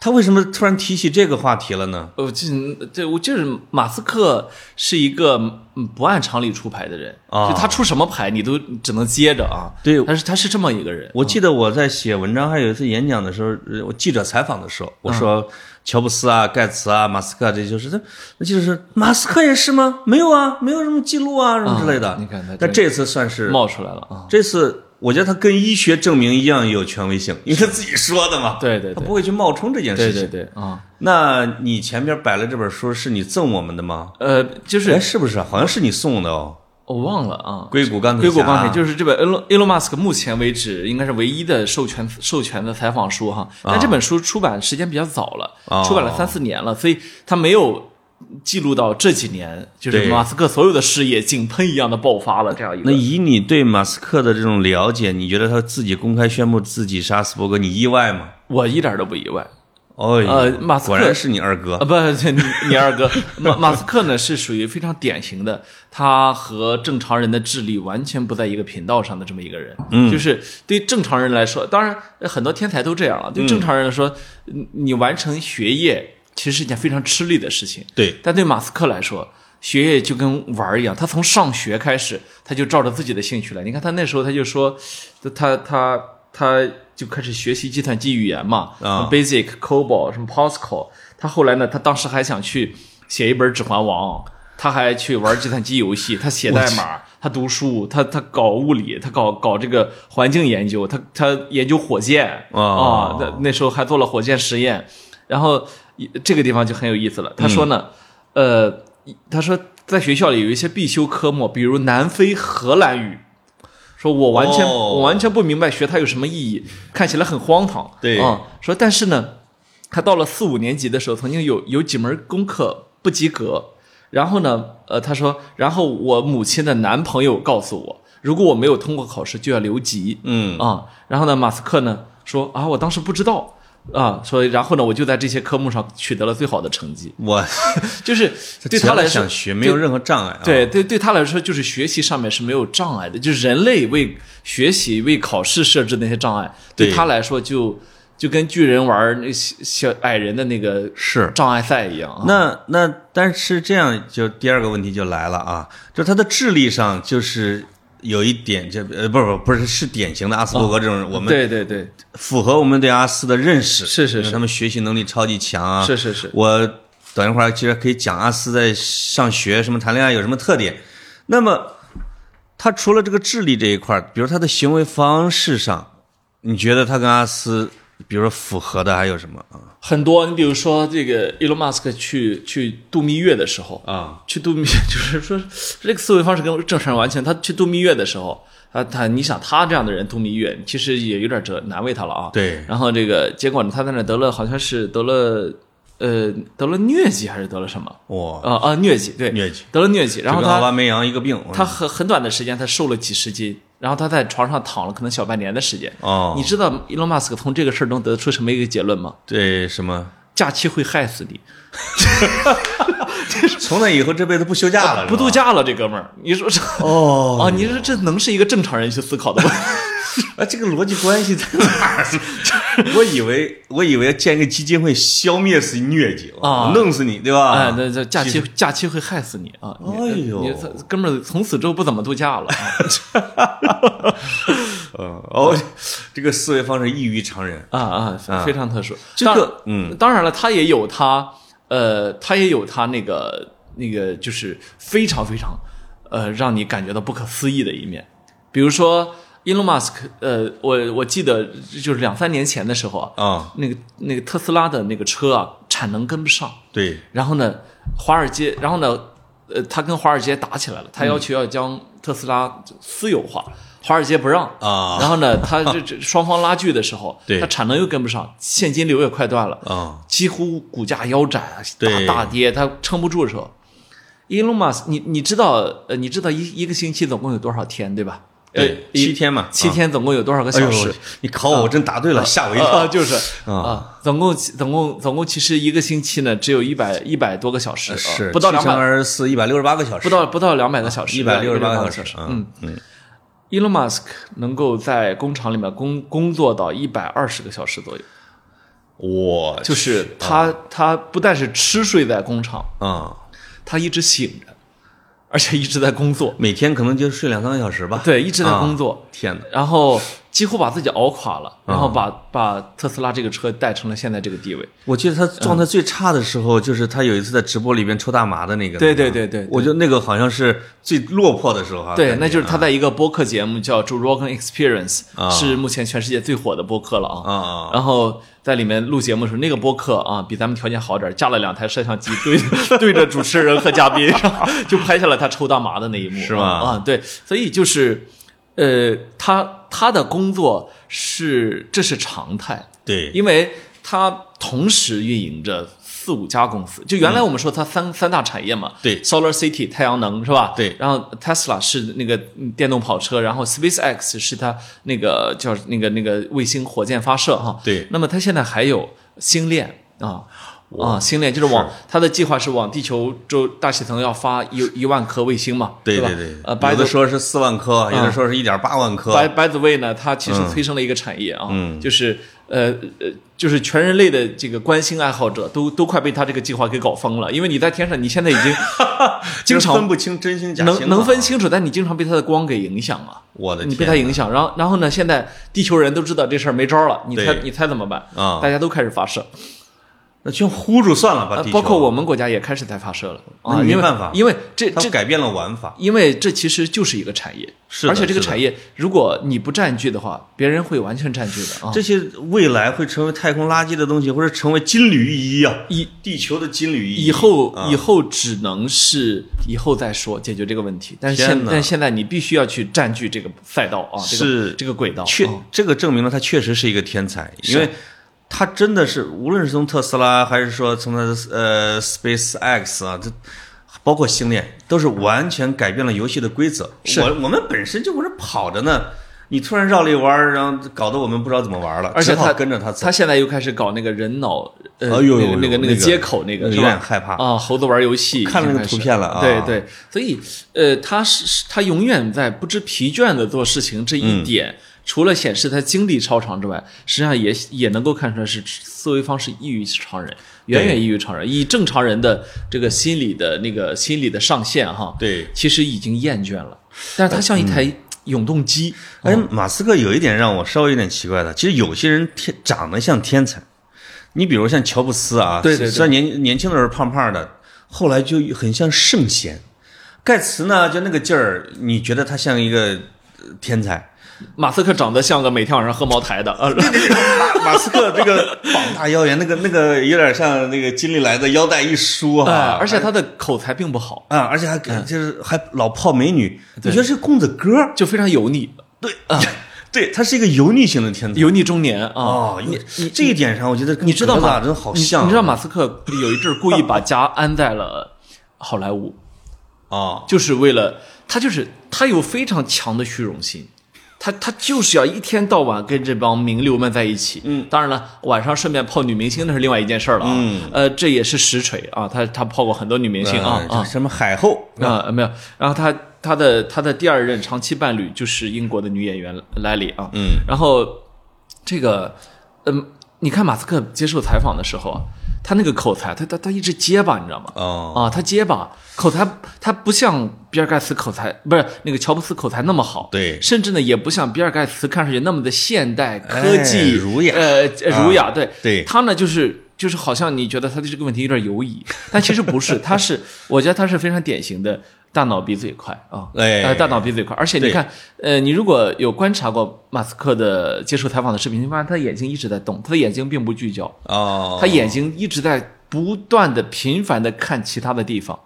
A: 他为什么突然提起这个话题了呢？
B: 呃，这这我就是马斯克是一个嗯不按常理出牌的人，
A: 啊
B: 就他出什么牌你都只能接着啊。
A: 对
B: 但是他是这么一个人，
A: 我记得我在写文章，还有一次演讲的时候，呃我记者采访的时候，
B: 嗯
A: 我说乔布斯啊、盖茨啊、马斯克啊，这就是他。那记者说马斯克也是吗？没有啊，没有什么记录啊，什么之类的。
B: 啊你看他
A: 但这次算是
B: 冒出来了啊。
A: 这次，我觉得他跟医学证明一样有权威性，因为他自己说的嘛。
B: 对对
A: 啊他
B: 对
A: 不会去冒充这件事
B: 对
A: 情。
B: 对对啊，
A: 那你前边摆了这本书，是你赠我们的吗？
B: 呃，就
A: 哎，
B: 是
A: 是不是？好像是你送的哦。
B: 我忘了啊。
A: 硅谷钢铁
B: 硅
A: 侠，
B: 谷钢铁就是这本 Elon Elon Musk 目前为止应该是唯一的授权授权的采访书哈，但这本书出版时间比较早了，
A: 啊哦
B: 出版了三四年了，所以它没有记录到这几年就是
A: 对
B: 马斯克所有的事业井喷一样的爆发了这样一
A: 那
B: 个。
A: 以你对马斯克的这种了解，你觉得他自己公开宣布自己杀死伯格，你意外吗？
B: 我一点都不意外，
A: 哦，
B: 呃马斯克
A: 果然是你二哥
B: 啊，不，你你二哥马马斯克呢是属于非常典型的，他和正常人的智力完全不在一个频道上的这么一个人。嗯，就是对正常人来说，当然呃很多天才都这样了。对正常人来说，嗯你完成学业其实是一件非常吃力的事情。
A: 对，
B: 但对马斯克来说，学业就跟玩儿一样，他从上学开始，他就照着自己的兴趣来。你看他那时候他就说，他他他就开始学习计算机语言嘛、
A: 啊
B: b a s i c COBOL 什么 POSCO。他后来呢，他当时还想去写一本《指环王》。他还去玩计算机游戏，他写代码，他读书，他他搞物理，他搞搞这个环境研究，他他研究火箭啊、
A: 哦
B: 那那时候还做了火箭实验，然后一这个地方就很有意思了。他说呢，呃，一他说在学校里有一些必修科目，比如南非荷兰语，说我完全、
A: 哦
B: 我完全不明白学它有什么意义，看起来很荒唐。
A: 对
B: 啊、说但是呢，他到了四五年级的时候，曾经有有几门功课不及格，然后呢，呃，他说，然后我母亲的男朋友告诉我，如果我没有通过考试，就要留级。
A: 嗯，
B: 啊、然后呢，马斯克呢说啊，我当时不知道啊，所以然后呢，我就在这些科目上取得了最好的成绩，
A: 我
B: 就是 对他来说
A: 想学没有任何障碍啊。，
B: 对对对他来说，就是学习上面是没有障碍的，就是人类为学习、为考试设置的那些障碍，
A: 对
B: 对他来说就就跟巨人玩儿那小小矮人的那个
A: 是
B: 障碍赛一样啊。
A: 那那但是这样就第二个问题就来了啊，就他的智力上就是有一点这呃不不不是是典型的阿斯伯格这种人，我们
B: 对对对，
A: 符合我们对阿斯的认识，
B: 是是
A: 因为
B: 是
A: 他们学习能力超级强啊，
B: 是是是
A: 我等一会儿其实可以讲阿斯在上学什么谈恋爱有什么特点。那么他除了这个智力这一块儿，比如他的行为方式上，你觉得他跟阿斯，比如说符合的还有什么啊？
B: 很多你比如说这个 Elon Musk 去去度蜜月的时候，
A: 啊，
B: 去度蜜， 就是说这个思维方式跟正常人完全。他去度蜜月的时候，他他你想他这样的人度蜜月，其实也有点这难为他了啊。。
A: 对，
B: 然后这个结果呢，他在那得了好像是得了呃得了疟疾还是得了什么
A: 哇，
B: 啊啊疟疾对
A: 疟疾
B: 得了疟疾，然后
A: 就跟奥
B: 他
A: 巴梅扬一个病，
B: 他很很短的时间他瘦了几十斤，然后他在床上躺了可能小半年的时间。
A: 哦，
B: 你知道 Elon Musk 从这个事儿中得出什么一个结论吗？
A: 对什么？
B: 假期会害死你。
A: 从那以后这辈子不休假了，
B: 不度假了，这哥们儿，你说这
A: 哎哦，
B: 啊，你说这能是一个正常人去思考 的吗？
A: 啊，这个逻辑关系在哪 儿？ 我以为我以为要建一个基金会消灭死疟疾
B: 啊
A: 弄死你，对吧？
B: 哎，那这假期假期会害死你啊！你
A: 哎呦
B: 你这哥们儿从此之后不怎么度假了
A: 嗯，哦，这个思维方式异于常人。
B: 啊啊啊，非常特殊。
A: 这个
B: 当
A: 嗯，
B: 当然了，他也有他呃，他也有他那个那个就是非常非常呃，让你感觉到不可思议的一面，比如说。Elon Musk，呃，我我记得就是两三年前的时候啊，
A: 啊，
B: 那个那个特斯拉的那个车啊，产能跟不上，
A: 对，
B: 然后呢，华尔街，然后呢，呃，他跟华尔街打起来了，
A: 嗯
B: 他要求要将特斯拉私有化，华尔街不让
A: 啊
B: 然后呢，他这这双方拉锯的时候，
A: 对
B: 他产能又跟不上，现金流也快断了，
A: 啊，
B: 几乎股价腰斩，大
A: 对
B: 大跌，他撑不住的时候，Elon Musk，你你知道呃，你知道一一个星期总共有多少天对吧？呃
A: 对，，
B: 一
A: 七天嘛，
B: 七
A: 啊。
B: 天总共有多少个
A: 哎
B: 小时
A: 呦？，你考我，我真答对了，吓我一
B: 啊，
A: 跳。
B: 就是
A: 啊
B: 啊，总共总共总共其实一个星期呢，只有一百一百多个小时，啊
A: 是
B: 不到两百，
A: 二十四，一百六十八个小时，
B: 不到不到两百个小时，
A: 啊一百六十
B: 168
A: 八
B: 个
A: 个
B: 小
A: 小
B: 时
A: 时。。
B: 嗯
A: 嗯嗯，
B: ，Elon Musk 能够在工厂里面工工作到一百二十个小时左右，
A: 我
B: 就是他他不但是吃睡在工厂，
A: 啊、
B: 他一直醒着，而且一直在工作，
A: 每天可能就睡两三个小时吧。啊
B: 对，一直在工作，
A: 天哪，
B: 然后几乎把自己熬垮了，然
A: 啊
B: 后把把特斯拉这个车带成了现在这个地位。
A: 我记得他状态最差的时候，就是他有一次在直播里边抽大麻的那个。
B: 对对对对对
A: 我觉得那个好像是最落魄的时候啊。
B: 对，
A: 感觉
B: 那就是他在一个播客节目叫《Joe Rogan Experience
A: 啊》，
B: 是目前全世界最火的播客了
A: 啊啊，
B: 然后在里面录节目的时候，那个播客啊，比咱们条件好点儿，架了两台摄像机对对着 主持人和嘉宾， 然后就拍下了他抽大麻的那一幕，
A: 是吗
B: 啊，对，所以就是，呃，他他的工作是这是常态，
A: 对，
B: 因为他同时运营着。四五家公司，就原来我们说它三、三大产业嘛，
A: 嗯对
B: ，Solar City 太阳能是吧？
A: 对
B: 然后 Tesla 是那个嗯电动跑车，然后 SpaceX 是它那个叫那个那个卫星火箭发射哈，
A: 对
B: 那么它现在还有星链啊。啊，星链就是往它的计划是往地球周大气层要发一一万颗卫星嘛，
A: 对
B: 吧？
A: 对对，
B: 呃，白啊
A: 有
B: 的
A: 的说是四万颗，有的说是一点八万颗，
B: by by the way 呢，它其
A: 嗯
B: 实催生了一个产业啊，就是呃呃，就是全人类的这个观星爱好者都都快被他这个计划给搞疯了，因为你在天上，你现在已 经经
A: 就是
B: 常
A: 分不清真星假星了
B: 能能分清楚，但你经常被它的光给影响啊。
A: 我的
B: 你被
A: 天
B: 它影响，然后然后呢？现在地球人都知道这事儿没招儿了，你猜
A: 对
B: 你猜怎么办？
A: 啊
B: 大家都开始发射，
A: 那全呼住算了吧，
B: 呃
A: 地球
B: 包括我们国家也开始在发射了啊
A: 那，你
B: 因为
A: 没办法
B: 因为这
A: 它
B: 这
A: 改变了玩法，
B: 因为这其实就是一个产业，
A: 是的
B: 而且这个
A: 是的
B: 产业如果你不占据的话，别人会完全占据的啊。
A: 这些未来会成为太空垃圾的东西，或者成为金缕玉衣啊，
B: 以
A: 地球的金缕玉衣。
B: 以后、
A: 啊
B: 以后只能是以后再说解决这个问题，但是
A: 天
B: 现
A: 哪
B: 但现在你必须要去占据这个赛道啊，这个
A: 是
B: 这个轨道，
A: 确、
B: 啊
A: 这个证明了他确实是一个天才，因为他真的是无论是从特斯拉还是说从他的呃 SpaceX 啊，这包括星链，都是完全改变了游戏的规则。
B: 是
A: 我我们本身就不是跑着呢，你突然绕了一弯儿，然后搞得我们不知道怎么玩了，
B: 而且
A: 只好
B: 他
A: 跟着他走。
B: 他现在又开始搞那个人脑呃、
A: 哎呦呦
B: 那个那个
A: 呦
B: 个
A: 那个
B: 接口那个
A: 有
B: 是吧
A: 点害怕
B: 啊，猴子玩游戏
A: 看了那个
B: 已经开始
A: 图片了啊
B: 对对，所以呃，他是是他永远在不知疲倦的做事情这
A: 嗯
B: 一点。除了显示他精力超常之外，实际上也也能够看出来是思维方式异于常人，远远异于常人。以正常人的这个心理的那个心理的上限哈，
A: 对
B: 其实已经厌倦了。但是他像一
A: 嗯
B: 台永动机，
A: 而
B: 哦
A: 且马斯克有一点让我稍微有点奇怪的，其实有些人天长得像天才，你比如像乔布斯啊，
B: 对对对
A: 虽然年年轻的时候胖胖的，后来就很像圣贤。盖茨呢，就那个劲儿，你觉得他像一个呃天才？
B: 马斯克长得像个每天晚上喝茅台的，呃，
A: 马斯克这个膀大腰圆，那个那个有点像那个金利来的腰带一梳
B: 啊
A: 啊，，
B: 而且他嗯的口才并不好，
A: 啊，而且还给就是还老泡美女，你觉得是公子哥儿？
B: 就非常油腻，
A: 对啊，对 他是一个油腻型的天才。
B: 油腻中年啊。
A: 哦，你你这一点上，我觉得跟
B: 你知道
A: 格
B: 吗？
A: 子啊真好
B: 你
A: 像啊，
B: 你知道马斯克有一阵儿故意把家安在了好莱坞，
A: 哦，
B: 就是为了他就是他有非常强的虚荣心。他他就是要一天到晚跟这帮名流们在一起，嗯，当然了，晚上顺便泡女明星那是另外一件事儿了啊，嗯，呃，这也是实锤啊，他他泡过很多女明星啊
A: 嗯
B: 啊，
A: 什么海后
B: 啊、没有。然后他他的他的第二任长期伴侣就是英国的女演员莱里啊。嗯。然后这个，嗯，你看马斯克接受采访的时候啊，他那个口才，他他他一直结巴，你知道吗？
A: 哦，
B: 啊，他结巴，口才他不像比尔盖茨口才，不是那个乔布斯口才那么好，
A: 对
B: 甚至呢也不像比尔盖茨看上去那么的现代科技、
A: 哎儒雅
B: 呃
A: 啊
B: 儒雅，对
A: 对
B: 他呢就是就是好像你觉得他对这个问题有点犹疑， 但其实不 是，他是我觉得他是非常典型的大脑比嘴快啊，
A: 哎
B: 呃大脑比嘴快，而且你
A: 对
B: 看，呃，你如果有观察过马斯克的接受采访的视频，你发现他眼睛一直在动，他的眼睛并不聚焦，
A: 哦，
B: 他眼睛一直在不断的频繁的看其他的地方。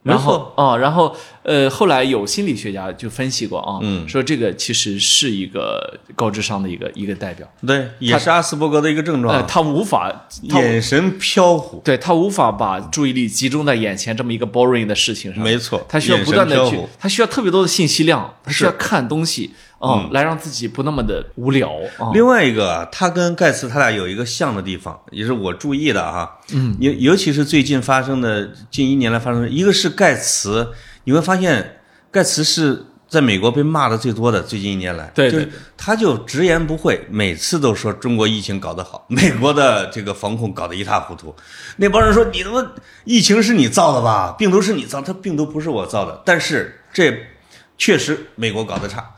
A: 没
B: 然后啊、然后呃，后来有心理学家就分析过啊，
A: 嗯
B: 说这个其实是一个高智商的一个一个代表，
A: 对，也是阿斯伯格的一个症
B: 呃，
A: 状，
B: 他无法，他
A: 啊眼神飘忽，
B: 对他无法把注意力集中在眼前这么一个 boring 的事情上，
A: 没错
B: 他需要不断
A: 眼
B: 的
A: 神
B: 去啊
A: 飘忽，
B: 他需要特别多的信息量，他需要
A: 是嗯
B: 看东西啊、来让自己不那么的无聊啊。
A: 另外一个啊，他跟盖茨他俩有一个像的地方，也是我注意的啊。嗯，尤尤其是最近发生的，近一年来发生的，一个是盖茨，你会发现盖茨是在美国被骂的最多的，最近一年来，
B: 对
A: 就
B: 对
A: 是他就直言不讳，每次都说中国疫情搞得好， 美国的这个防控搞得一塌糊涂。那帮人说你他妈疫情是你造的吧，病毒是你造，他病毒不是我造的，但是这确实美国搞得差。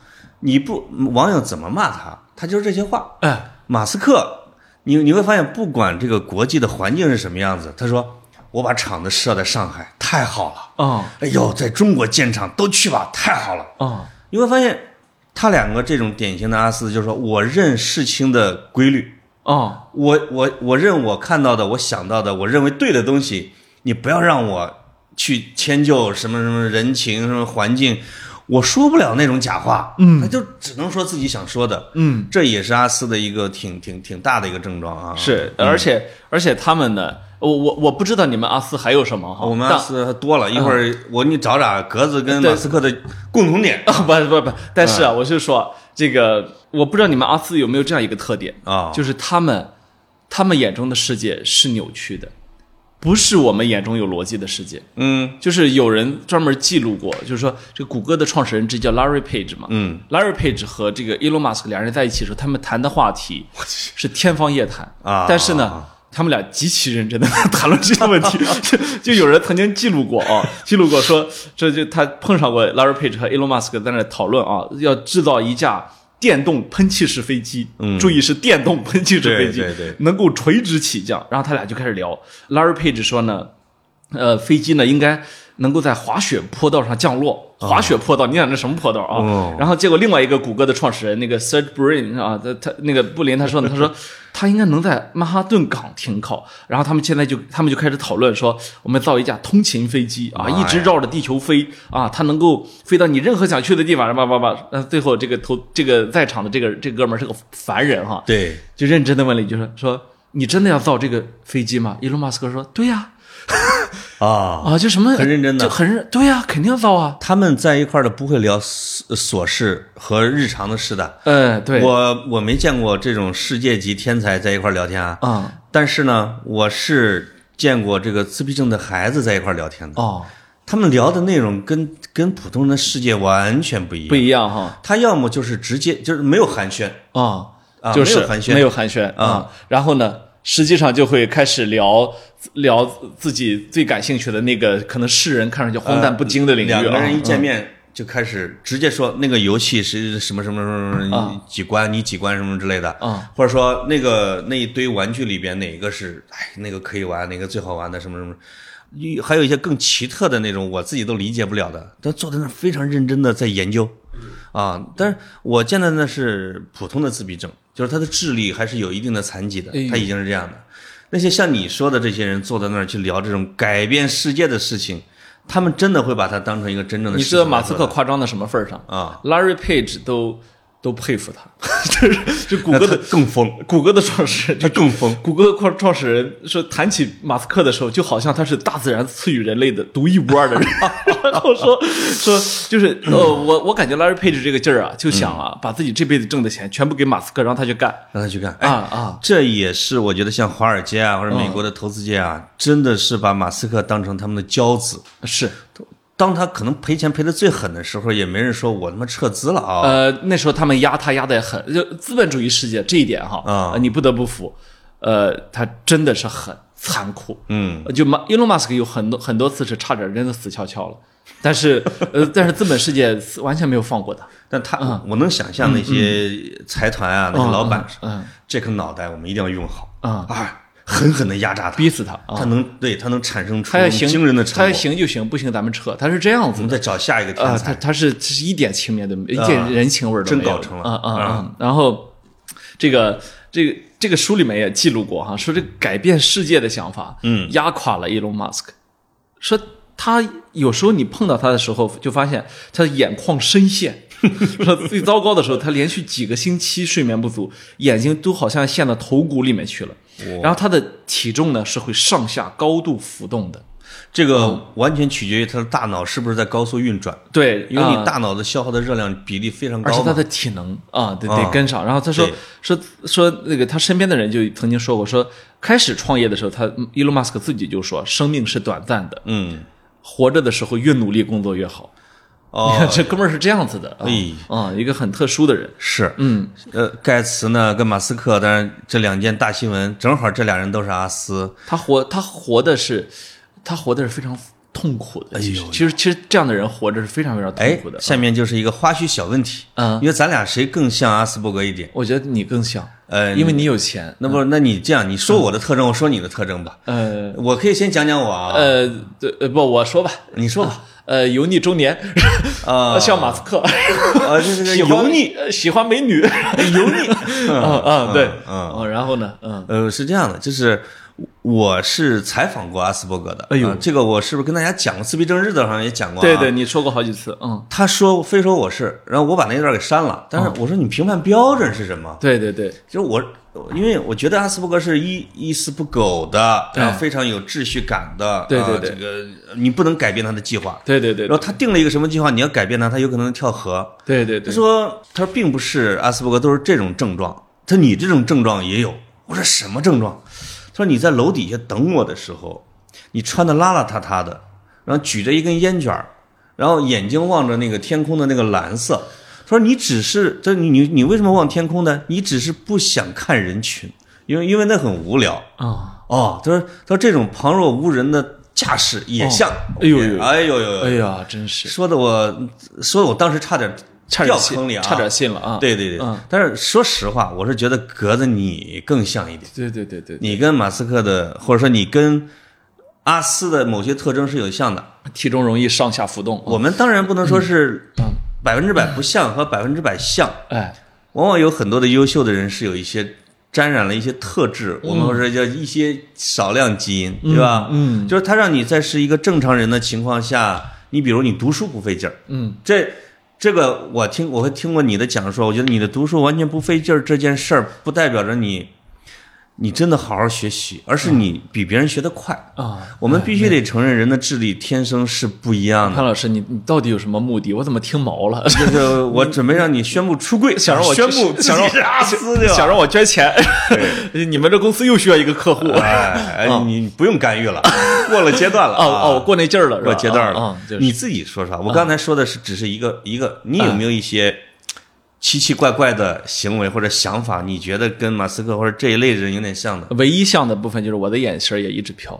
A: 你不网友怎么骂他，他就是这些话。
B: 哎，
A: 马斯克，你你会发现，不管这个国际的环境是什么样子，他说我把厂子设在上海，太好了。
B: 嗯
A: 哎呦，在中国建厂都去吧，太好了。
B: 嗯，
A: 你会发现，他两个这种典型的阿斯，就是说我认事情的规律，
B: 嗯，
A: 我我我认我看到的，我想到的，我认为对的东西，你不要让我去迁就什么什么人情什么环境，我说不了那种假话，嗯，那就只能说自己想说的，
B: 嗯，
A: 这也是阿斯的一个挺挺挺大的一个症状啊。
B: 是，而且而且他们呢，我我我不知道你们阿斯还有什么哈，
A: 我们阿
B: 但
A: 斯多了一会儿，我你找找格子跟马斯克的共同点
B: 啊，不不不，但 是
A: 嗯
B: 啊，我是说这个，我不知道你们阿斯有没有这样一个特点
A: 啊
B: 就是他们他们眼中的世界是扭曲的，不是我们眼中有逻辑的世界。
A: 嗯
B: 就是有人专门记录过，就是说这谷歌的创始人之一叫 Larry Page 嘛，
A: 嗯
B: ，Larry Page 和这个 Elon Musk 两人在一起的时候，他们谈的话题是天方夜谭
A: 啊
B: 但是呢。他们俩极其认真的谈论这个问 题，就就有人曾经记录过啊，记录过说，这就他碰上过 Larry Page 和 Elon Musk 在那讨论啊，要制造一架电动喷气式飞机，嗯，注意是电动喷气式飞机，
A: 对对对
B: 能够垂直起降。然后他俩就开始聊，Larry Page 说呢，呃，飞机呢应该能够在滑雪坡道上降落。滑雪坡道，你想这什么坡道
A: 啊
B: 啊？
A: 哦
B: 然后结果另外一个谷歌的创始人那个 Serge Brin 啊，他他那个布林他说呢，他 说他应该能在曼哈顿港停靠。然后他们现在就他们就开始讨论说，我们造一架通勤飞机啊，
A: 妈呀
B: 一直绕着地球飞啊，它能够飞到你任何想去的地方，叭叭叭。那呃最后这个投这个在场的这个这哥们儿是个凡人哈，
A: 对。
B: 就认真的问了一句说说你真的要造这个飞机吗？伊隆马斯克说对呀、
A: 啊
B: 啊，就什么
A: 很认真的
B: 就很认对呀、肯定造啊。
A: 他们在一块儿的不会聊琐琐事和日常的事的。
B: 嗯、对，
A: 我我没见过这种世界级天才在一块儿聊天啊。
B: 啊、
A: 但是呢，我是见过这个自闭症的孩子在一块儿聊天的。
B: 哦，
A: 他们聊的内容跟跟普通人的世界完全不一
B: 不
A: 样。
B: 一样哈，
A: 他要么就是直接就是没有寒暄
B: 啊、
A: 啊，
B: 就是
A: 没有寒暄，
B: 没有寒暄啊、然后呢，实际上就会开始聊聊自己最感兴趣的那个，可能世人看上去荒诞不经的领域、啊
A: 两个人一见面就开始直接说那个游戏是什么什么什么什么你几关，你几关什么之类的
B: 啊，
A: 或者说那个那一堆玩具里边哪个是哎那个可以玩，哪个最好玩的什么什么。一还有一些更奇特的那种，我自己都理解不了的，他坐在那儿非常认真的在研究，啊，但是我见到的那是普通的自闭症，就是他的智力还是有一定的残疾的
B: 哎呦，
A: 他已经是这样的。那些像你说的这些人坐在那儿去聊这种改变世界的事情，他们真的会把它当成一个真正的
B: 你
A: 事
B: 知
A: 情
B: 道
A: 来做的。
B: 马斯克夸张到什么份儿上
A: 啊
B: ？Larry Page 都都佩服他， 就是就谷歌
A: 那
B: 的
A: 他更疯，
B: 谷歌的创始人就
A: 他更 疯。
B: 谷歌创创始人说，谈起马斯克的时候，就好像他是大自然赐予人类的独一无二的人。 然后说说就是呃，我我感觉 Larry Page 这个劲儿啊，就想
A: 嗯
B: 啊，把自己这辈子挣的钱全部给马斯克，让他去干
A: 让他去干。
B: 啊
A: 哎，
B: 嗯啊。
A: 这也是我觉得像华尔街啊或者美国的投资界啊，真的是把马斯克当成他们的骄子。
B: 是，
A: 当他可能赔钱赔的最狠的时候，也没人说我他妈撤资了啊。
B: 呃，那时候他们压他压的很，就资本主义世界这一点哈，
A: 啊
B: 呃你不得不服，呃，他真的是很残酷，呃
A: 嗯，
B: 就马伊隆马斯克有很多很多次是差点真的死翘翘了，但是呃，但是资本世界完全没有放过他，
A: 但他、
B: 啊
A: 我能想象那些财团啊，那些老板，
B: 嗯嗯
A: 这颗脑袋我们一定要用好
B: 嗯
A: 啊，狠狠的压榨他，
B: 逼死他啊，
A: 他能对他能产生出
B: 他要行
A: 惊人的
B: 他
A: 成
B: 要
A: 果。
B: 行就行，不行咱们撤。他是这样
A: 我
B: 子
A: 们
B: 的
A: 再找下一个
B: 啊、
A: 天
B: 他
A: 才，
B: 他是是一点情面都没，一点人情味儿都没有，
A: 啊真搞成了嗯
B: 啊啊啊！然后这个这个这个书里面也记录过哈，说这改变世界的想法，嗯，压垮了伊隆马斯克。说他有时候你碰到他的时候，就发现他的眼眶 深陷。说最糟糕的时候，他连续几个星期睡眠不足，眼睛都好像陷到头骨里面去了。然后他的体重呢是会上下高度浮动的。
A: 这
B: 嗯
A: 个完全取决于他的大脑是不是在高速运转，
B: 对，
A: 因为
B: 啊
A: 你大脑的消耗的热量比例非常
B: 而
A: 高
B: 且他
A: 嘛。
B: 的体能啊，得
A: 啊
B: 得跟上。然后他说
A: 对
B: 说说那个他身边的人就曾经说过，说开始创业的时候，他嗯伊隆马斯克自己就说，生命是短暂的，
A: 嗯，
B: 活着的时候越努力工作越好。你
A: 哦
B: 看， 这哥们儿是这样子的，啊
A: 哎
B: 啊，一个很特殊的人，
A: 是，
B: 嗯，
A: 呃，盖茨呢跟马斯克，当然这两件大新闻，正好这俩人都是阿斯，
B: 他活他活的是，他活的是非常痛苦的。其实
A: 哎呦
B: 其实其实这样的人活着是非常非常
A: 哎
B: 痛苦的，。
A: 下面就是一个花絮小问题，
B: 嗯
A: 因为咱俩谁更像阿斯伯格一点？
B: 我觉得你更像，
A: 呃，
B: 因为你有钱。
A: 那不，那你这样，你说
B: 嗯
A: 我的特征，我说你的特征吧。
B: 呃
A: 我可以先讲讲我啊，
B: 呃，对呃不，我说吧，
A: 你说吧，
B: 呃，油腻中年，
A: 啊
B: 像马斯克，
A: 啊，这这个
B: 喜欢
A: 油腻，
B: 呃喜欢美女，油 腻，嗯嗯，对，
A: 嗯
B: 嗯，然后呢，嗯，
A: 呃，是这样的，就是我是采访过阿斯伯格的，
B: 哎呦
A: 啊这个我是不是跟大家讲过？自闭症日的好像也讲过、啊，
B: 对对，。你说过好几次，嗯，
A: 他说非说我是，然后我把那段给删了。但是
B: 哦
A: 我说你评判标准是什么？
B: 对对对，
A: 就是我，因为我觉得阿斯伯格是一一丝不苟的，
B: 对
A: 然后非常有秩序感的。
B: 哎对对
A: 啊
B: 对
A: 这个你不能改变他的计划。
B: 对对对
A: 然后他定了一个什么计划，你要改变他，他有可能跳河。
B: 对对
A: 他
B: 对，
A: 说他说并不是阿斯伯格都是这种症状，他说你这种症状也有。我说什么症状？他说你在楼底下等我的时候，你穿的邋邋遢遢的，然后举着一根烟卷儿然后眼睛望着那个天空的那个蓝色。他说你只是，他说你你你为什么望天空呢？你只是不想看人群，因为因为那很无聊。
B: 啊，
A: 哦，他说他说这种旁若无人的架势也像，
B: 哎呦呦
A: 哎呦呦呦
B: 哎呀，真是
A: 说的我，说的我当时差点
B: 差点
A: 掉
B: 信
A: 坑里啊，
B: 差点信了啊，
A: 对对对，
B: 嗯
A: 但是说实话，我是觉得格子你更像一点，
B: 对对对对，
A: 你跟马斯克的，或者说你跟阿斯的某些特征是有像的。
B: 体重容易上下浮动，
A: 我们当然不能说
B: 嗯
A: 是百分之百不像和百分之百像，
B: 哎，
A: 往往有很多的优秀的人是有一些沾染了一些特质，我们或者叫一些少量基因，对吧？
B: 嗯
A: 就是他让你在是一个正常人的情况下，你比如你读书不费劲儿，
B: 嗯，
A: 这这个我听我会听过你的讲述，我觉得你的读书完全不费劲儿这件事儿，不代表着你你真的好好学习，而是你比别人学得快。
B: 啊，
A: 我们必须得承认，人的智力天生是不一样的。
B: 潘老师，你你到底有什么目的？我怎么听 毛了？
A: 就是我准备让你宣布出柜，
B: 嗯想让我
A: 宣布
B: 想让
A: 自己是阿斯对吧？
B: 想让我捐钱， 你们这公司又需要一个客户。哦
A: 哎，哎你不用干预了，过了阶段了。啊
B: 哦，我过那劲儿了，是吧
A: 过阶段了
B: 啊，啊就是嗯
A: 你自己说说。我刚才说的是只是一个一个，你有没有一些奇奇怪怪的行为或者想法？你觉得跟马斯克或者这一类人有点像的？
B: 唯一像的部分就是我的眼神儿也一直飘，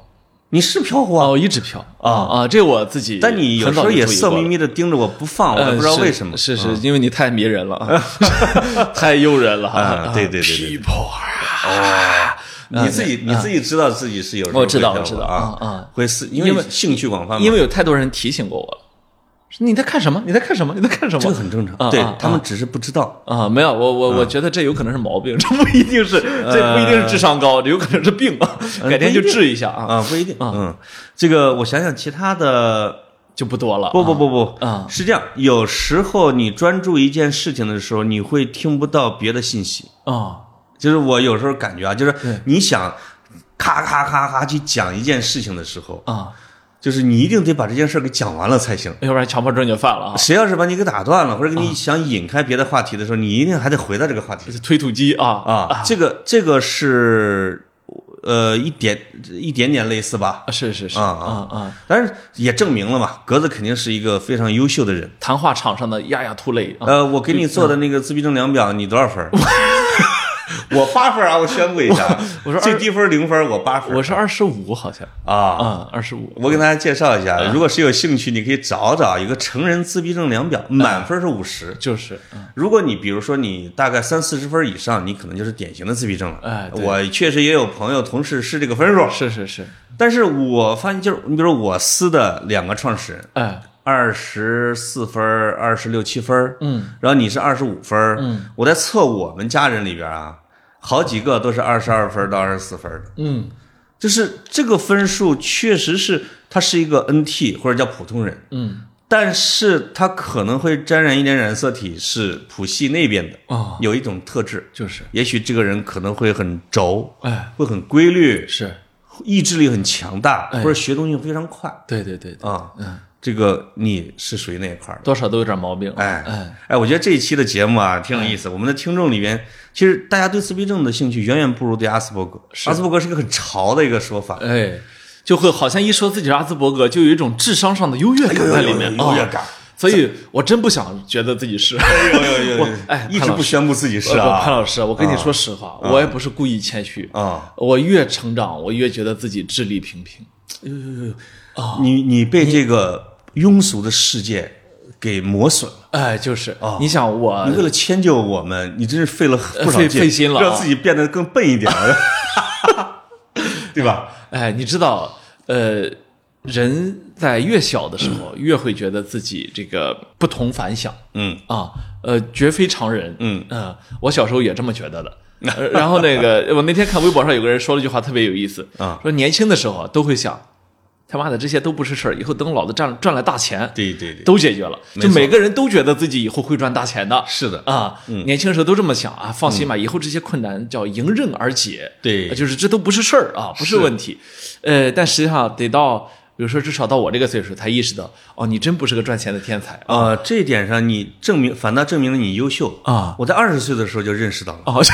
A: 你是飘忽啊，
B: 哦，一直飘
A: 啊
B: 啊，这我自己，
A: 但你有时候也色眯。眯的盯着我不放，我
B: 呃
A: 也，不知道为什么。嗯
B: 是是，因为你太迷 人了 啊，太诱人了啊！
A: 啊对对对对对
B: ，people
A: 你自己你自己知道自己是有时候
B: 呃嗯我知道
A: 会
B: 我知
A: 飘忽
B: 道
A: 啊
B: 啊啊，
A: 会是
B: 因
A: 因
B: 为
A: 为兴趣广泛嘛，
B: 因为有太多人提醒过我了，说你在看什么？你在看什么？你在看什么？
A: 这个很嗯正常
B: 啊，
A: 对
B: 啊
A: 他们只是不知道。
B: 啊，没有，我我我觉得这有可能是毛病，这 不一定是，这不一定是智商高，这有可能是病，啊改天就治一下啊，
A: 嗯啊，不一定，嗯，这个我想想其他的，
B: 就不多了。
A: 不不
B: 啊，
A: 不不，嗯
B: 啊
A: 是这样，有时候你专注一件事情的时候，你会听不到别的信息。
B: 啊，
A: 就是我有时候感觉啊，就是你想咔咔咔咔去讲一件事情的时候，
B: 啊，
A: 就是你一定得把这件事儿给讲完了才行。
B: 要不然强迫症就犯了啊，
A: 谁要是把你给打断了，或者给你想引开别的话题的时候，你一定还得回到这个话题
B: 推土机啊
A: 啊。这个这个是呃一点一点点类似吧，
B: 啊，是是是
A: 啊
B: 啊
A: 啊
B: 啊，
A: 但是也证明了嘛，格子肯定是一个非常优秀的人。
B: 谈话场上的压压突雷啊，
A: 呃，我给你做的那个自闭症量表，你多少分 儿？我八分儿啊，我宣布一下，
B: 我我说
A: 最低分儿零分儿，我八分儿
B: 我是二十五好像
A: 啊。
B: 啊，二十五
A: 我给大家介绍一下，如果谁有兴趣，你可以找找有个成人自闭症量
B: 啊
A: 表，满分儿是五十。
B: 就是嗯
A: 如果你比如说你大概三四十分儿以上，你可能就是典型的自闭症了。
B: 哎对
A: 我确实也有朋友同事是这个分数，
B: 是是是，
A: 但是我发现就是你比如说我司的两个创始人，
B: 哎
A: 二十四分儿、二十六七分儿，
B: 嗯，
A: 然后你是二十五分儿，嗯，我在测我们家人里边啊，好几个都是二十二分儿到二十四分儿的，
B: 嗯
A: 就是这个分数确实是他是一个 NT 或者叫普通人，
B: 嗯
A: 但是他可能会沾染一点染色体，是谱系那边的，
B: 啊，
A: 有一种特质，
B: 就是
A: 也许这个人可能会很轴，
B: 哎
A: 会很规律，
B: 是，
A: 意志力很强大，
B: 哎
A: 或者学东西非常快
B: 对对对对，
A: 啊，
B: 嗯，
A: 这个你是属于那一块儿的。
B: 多少都有点毛病，
A: 哎
B: 哎
A: 哎，我觉得这一期的节目啊挺有意思。我们的听众里边，其实大家对自闭症的兴趣远远不如对阿斯伯格。阿斯伯格是个很潮的一个说法，
B: 哎，就会好像一说自己是阿兹伯格，就有一种智商上的优越感在里面
A: 优越
B: 啊。
A: 感。
B: 所以我真不想觉得自己是。
A: 有有有
B: 我
A: 有，
B: 哎
A: 一
B: 潘
A: 直
B: 老
A: 不
B: 师
A: 宣布自己是
B: 呃潘
A: 啊
B: 老师，我跟你说实话，我也不是故意谦虚。
A: 啊！
B: 我越成长，我越觉得自己智力平平。哦
A: 你你被这个庸俗的世界给磨损了。
B: 哎，就是，你想我
A: 哦你为了迁就我们，你真是费了不少
B: 哎费
A: 劲，
B: 费心了啊
A: 让自己变得更笨一点 儿，对吧？
B: 哎，你知道，呃，人在越小的时候，越会觉得自己这个不同凡响
A: 嗯
B: 啊，呃，绝非常人。
A: 嗯
B: 呃，我小时候也这么觉得的。呃然后那个，我那天看微博上有个人说了一句话特别有意思
A: 啊，
B: 说年轻的时候啊都会想，他妈的这些都不是事儿，以后等老子赚赚了大钱，
A: 对对对，
B: 都解决了，就每个人都觉得自己以后会赚大钱的。
A: 是的，嗯
B: 啊，年轻的时候都这么想啊，放心吧，以后这些困难叫迎刃而解。
A: 对
B: 呃就是这都不是事儿啊，不是问题。呃，但实际上得到，比如说至少到我这个岁数才意识到，哦，你真不是个赚钱的天才啊
A: 呃，这一点上你证明，反倒证明了你优秀
B: 啊！
A: 我在二十岁的时候就认识到了，
B: 哦，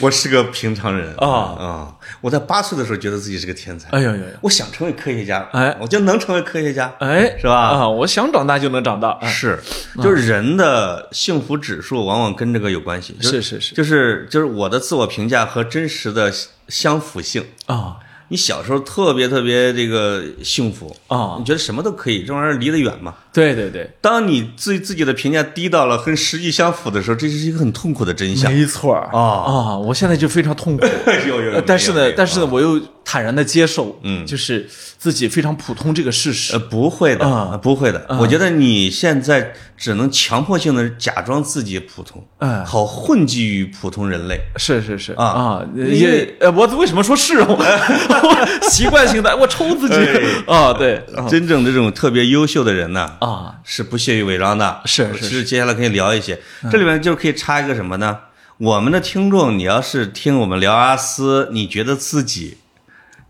A: 我是个平常人
B: 啊
A: 啊！我在八岁的时候觉得自己是个天才，
B: 哎呦呦呦，
A: 我想成为科学家，
B: 哎
A: 我就能成为科学家，
B: 哎，
A: 是吧
B: 啊，我想长大就能长大。啊
A: 是，就是人的幸福指数往往跟这个有关系，就是
B: 是是
A: 就是就是我的自我评价和真实的相符性。
B: 啊
A: 你小时候特别特别这个幸福
B: 啊
A: 你觉得什么都可以，这玩意儿离得远嘛。
B: 对对对，
A: 当你自自己的评价低到了跟实际相符的时候，这是一个很痛苦的真相。
B: 没错儿
A: 啊
B: 啊，我现在就非常 痛苦。
A: 有有
B: 呃
A: 有，
B: 但是
A: 没
B: 呢
A: 有，
B: 但是呢，我又坦然的接受，
A: 啊嗯
B: 就是自己非常普通这个事实
A: 呃，。不会的，
B: 啊
A: 呃不会的。我觉得你现在只能强迫性的假装自己普通，
B: 嗯
A: 好混迹于普通人类。
B: 是是是
A: 啊
B: 啊，
A: 因
B: 也
A: 为
B: 呃，我为什么说是啊？我 我习惯性的我抽自己
A: 哎
B: 啊，对啊
A: 真正的这种特别优秀的人呢，
B: 啊，
A: 是不屑于伪装的。
B: 是是嗯
A: 其实接下来可以聊一些，这里面就是可以插一个什么呢？我们的听众，你要是听我们聊阿斯，你觉得自己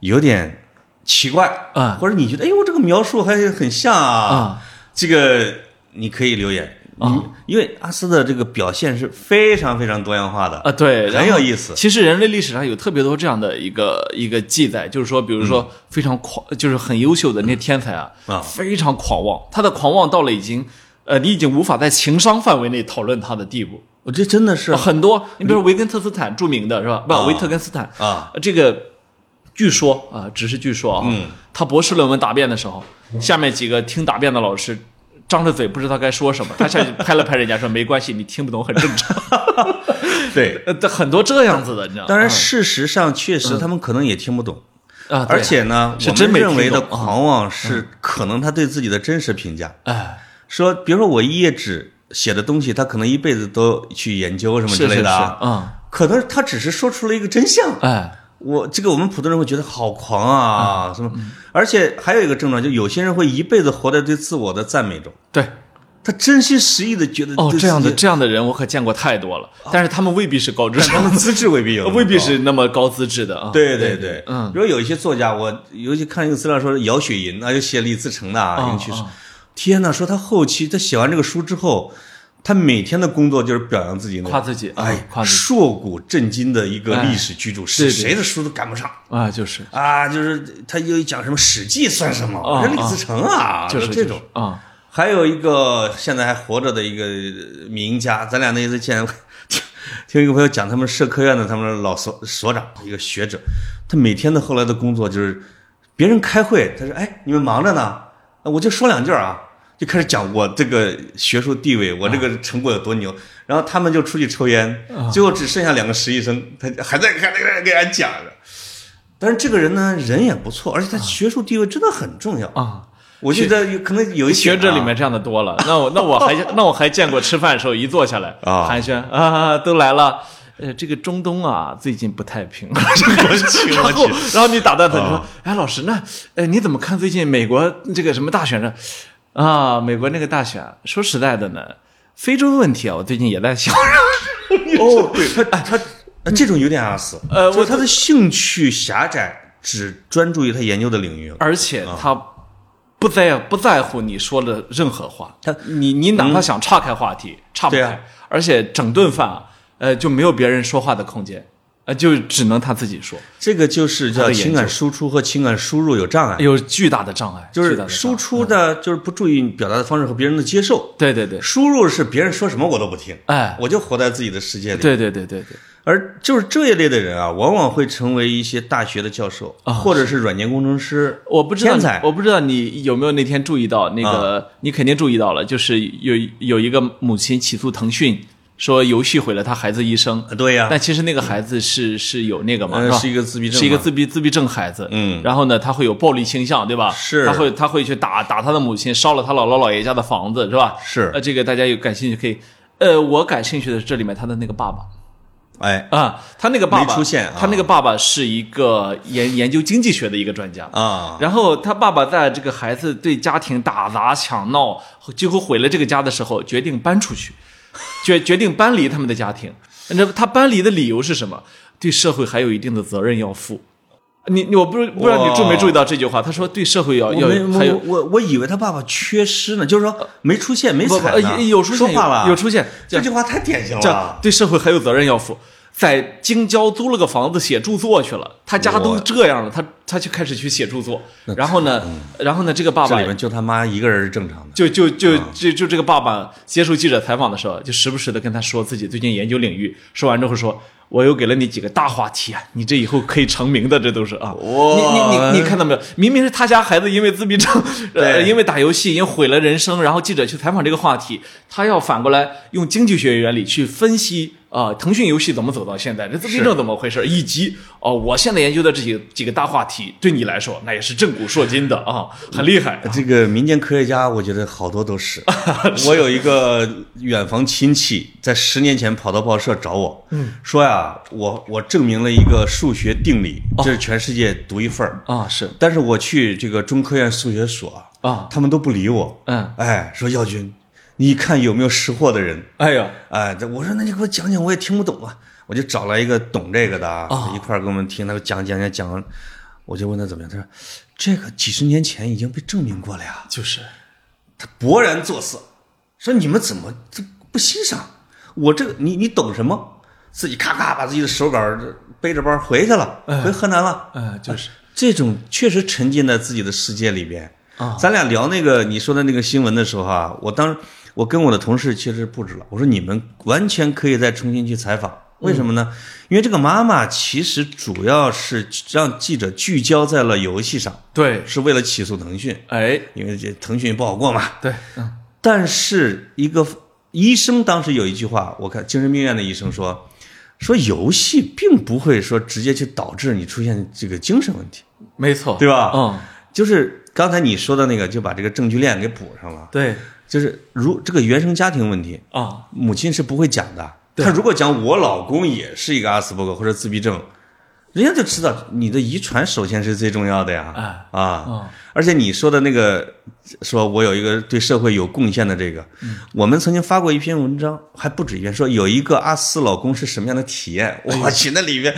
A: 有点奇怪
B: 啊
A: 或者你觉得哎呦这个描述还很像
B: 啊
A: 啊，这个你可以留言。你
B: 嗯
A: 因为阿斯的这个表现是非常非常多样化的
B: 啊，对，
A: 很
B: 然后
A: 有意思
B: 其实人类历史上有特别多这样的一个一个记载，就是说，比如说
A: 嗯
B: 非常狂，就是很优秀的那些天才啊，
A: 啊
B: 非常狂妄，他的狂妄到了已经，呃，你已经无法在情商范围内讨论他的地步。
A: 我这真的是
B: 很多，你比如说维根特斯坦著名的是吧？不，
A: 啊
B: 维特根斯坦
A: 啊，
B: 这个据说啊，只是据说啊，他博士论文答辩的时候，下面几个听答辩的老师张着嘴不知道该说什么，他下去拍了拍人家说没关系，你听不懂很正常。
A: 对。
B: 呃，这 很多这样子的，你知道吗？
A: 当然，事实上确
B: 嗯
A: 实他们可能也听不懂，
B: 啊，对
A: 而且呢，
B: 是
A: 我
B: 真
A: 们
B: 没听
A: 认为的
B: 懂啊
A: 狂妄是可能他对自己的真实评价。
B: 哎，
A: 说，比如说我一页纸写的东西，他可能一辈子都去研究什么之
B: 是是
A: 类
B: 是，
A: 的啊，
B: 啊，
A: 可能他只是说出了一个真相。
B: 哎，
A: 我这个我们普通人会觉得好狂啊，
B: 嗯
A: 什么？而且还有一个症状，就有些人会一辈子活在对自我的赞美中，
B: 对。
A: 他真心实意的觉得
B: 哦，
A: 对
B: 这样的
A: 自己，
B: 这啊样的人我可见过太多了，但是他们未必是高智
A: 但他
B: 商
A: 们，资质未必有那么高，
B: 哦未必是那么高资质的啊。
A: 对对对，
B: 嗯
A: 比如有一些作家，我尤其看一个资料说姚雪银啊，就写李自成的
B: 啊
A: 啊，人去
B: 啊
A: 说，天呐，说他后期他写完这个书之后，他每天的工作就是表扬自己那种，
B: 夸自己啊
A: 哎，
B: 夸自己哎
A: 硕古震惊的一个历史巨著，
B: 对
A: 是
B: 对
A: 谁的书都赶不上。
B: 啊，就是
A: 啊，就是他又讲什么《史记》算什么？
B: 啊
A: 我说李自成啊，
B: 就是
A: 这种。
B: 就是啊，
A: 还有一个现在还活着的一个呃名家，咱俩那一次见， 听听一个朋友讲，他们社科院的他们老所所长，一个学者，他每天的后来的工作就是，别人开会，他说：“哎，你们忙着呢，我就说两句啊。”就开始讲我这个学术地
B: 啊
A: 位，我这个成果有多牛，然后他们就出去抽烟，
B: 啊
A: 最后只剩下两个实习生，他还在还在给人家讲着。但是这个人呢，人也不错，而且他学术地位真的很重要。
B: 啊，
A: 我觉得有可能有一些啊
B: 学者里面这样的多了。那我那我还那我还见过吃饭的时候一坐下来，
A: 啊
B: 寒暄啊，都来了。呃，这个中东啊，最近不太 平。
A: 去
B: 然
A: 我
B: 后
A: 去，
B: 然后你打断他，你说：“哎，老师，那呃，你怎么看最近美国这个什么大选呢？啊，美国那个大选，说实在的呢，非洲问题啊，我最近也在想。
A: 哦，对他他呃这种有点阿斯，
B: 呃
A: 就是
B: 我
A: 他的兴趣狭窄，只专注于他研究的领域了。
B: 而且他不在不在乎你说的任何话，
A: 他嗯
B: 你你哪怕想岔开话题，岔不
A: 对
B: 开，
A: 啊
B: 而且整顿饭啊，呃就没有别人说话的空间。呃，就只能他自己说，
A: 这个就是
B: 他
A: 叫
B: 的研究
A: 情感输出和情感输入有障碍，
B: 有巨大的障碍，
A: 啊就
B: 巨大
A: 是
B: 的
A: 输
B: 障碍。
A: 出的就是不注意表达的方式和别人的接受，
B: 对对对，
A: 输入是别人说什么我都不听，
B: 哎，
A: 我就活在自己的世界里。
B: 对对对对对，
A: 而就是这一类的人啊，往往会成为一些大学的教授，
B: 啊
A: 或者是软件工程师。
B: 我不知道
A: 天
B: 你
A: 才，啊
B: 我不知道你有没有那天注意到那个，你肯定注意到了，就是有有一个母亲起诉腾讯，说游戏毁了他孩子一生，
A: 呃对呀、
B: 但其实那个孩子是是有那个嘛，
A: 呃
B: 啊是吧？
A: 是一个自闭症嘛，
B: 是一个自闭自闭症孩子，
A: 嗯
B: 然后呢，他会有暴力倾向，对吧？
A: 是
B: 他会他会去打打他的母亲，烧了他姥姥姥爷家的房子，是吧？
A: 是
B: 呃，这个大家有感兴趣可以，呃，我感兴趣的是这里面他的那个爸爸，
A: 哎
B: 啊，他那个爸爸
A: 没出现啊
B: 他那个爸爸是一个研研究经济学的一个专家。
A: 啊，
B: 然后他爸爸在这个孩子对家庭打砸抢闹，几乎毁了这个家的时候，决定搬出去，决决定搬离他们的家庭。那他搬离的理由是什么？对社会还有一定的责任要负。你你我不知不知道你注没注意到这句话？他说对社会要
A: 我
B: 要
A: 没
B: 还有呃
A: 我我我以为他爸爸缺失呢，就是说没出现没
B: 不不
A: 踩
B: 呃
A: 呢，
B: 有出现
A: 说话了，
B: 有出现
A: 这句话太典型
B: 这
A: 了。
B: 对社会还有责任要负。在京郊租了个房子写著作去了，他家都
A: 我
B: 这样了，他他就开始去写著作。然后呢，然后呢，这个爸
A: 嗯这
B: 爸
A: 里面就他妈一个人是正常的，
B: 就就就就就这个爸爸接受记者采访的时候，就时不时的跟他说自己最近研究领域，说完之后说。我又给了你几个大话题啊，你这以后可以成名的，这都是啊。
A: 哇
B: 你你你你看到没有？明明是他家孩子因为自闭症，呃，
A: 对
B: 因为打游戏，因为毁了人生，然后记者去采访这个话题，他要反过来用经济学原理去分析啊、腾讯游戏怎么走到现在，这自闭症怎么回事，以及哦、我现在研究的这几个几个大话题，对你来说那也是震古烁今的啊，很厉害。
A: 这个民间科学家，我觉得好多都 是。我有一个远房亲戚，在十年前跑到报社找我，
B: 嗯
A: 说呀，我我证明了一个数学定理，
B: 哦
A: 这是全世界独一份儿。
B: 啊，是
A: 但是我去这个中科院数学所，
B: 啊，
A: 他们都不理我。
B: 嗯，
A: 哎，说耀军，你看有没有识货的人？
B: 哎呀，
A: 哎，这我说那你给我讲讲，我也听不懂啊。我就找了一个懂这个的啊，一块儿跟我们听，他给我讲讲讲讲，我就问他怎么样，他说这个几十年前已经被证明过了呀。
B: 就是
A: 他勃然作色，说你们怎么这不欣赏我这个？你你懂什么？自己咔咔把自己的手稿背着包回去了，回河南了。
B: 呃，就是
A: 这种确实沉浸在自己的世界里边。啊，咱俩聊那个你说的那个新闻的时候啊，我当我跟我的同事其实布置了，我说你们完全可以再重新去采访，
B: 嗯
A: 为什么呢？因为这个妈妈其实主要是让记者聚焦在了游戏上，
B: 对，
A: 是为了起诉腾讯，
B: 哎，
A: 因为这腾讯不好过嘛。
B: 对，嗯，
A: 但是一个医生当时有一句话，我看精神病院的医生说，说游戏并不会说直接去导致你出现这个精神问题，
B: 没错，
A: 对吧？
B: 嗯，
A: 就是刚才你说的那个，就把这个证据链给补上了。
B: 对，
A: 就是如这个原生家庭问题，
B: 啊，
A: 母亲是不会讲的。
B: 对
A: 她如果讲我老公也是一个阿斯伯格或者自闭症，人家就知道你的遗传首先是最重要的呀。
B: 哎
A: 啊，
B: 嗯
A: 而且你说的那个，说我有一个对社会有贡献的这个，
B: 嗯
A: 我们曾经发过一篇文章，还不止一篇，说有一个阿斯老公是什么样的体验。我去，那里面，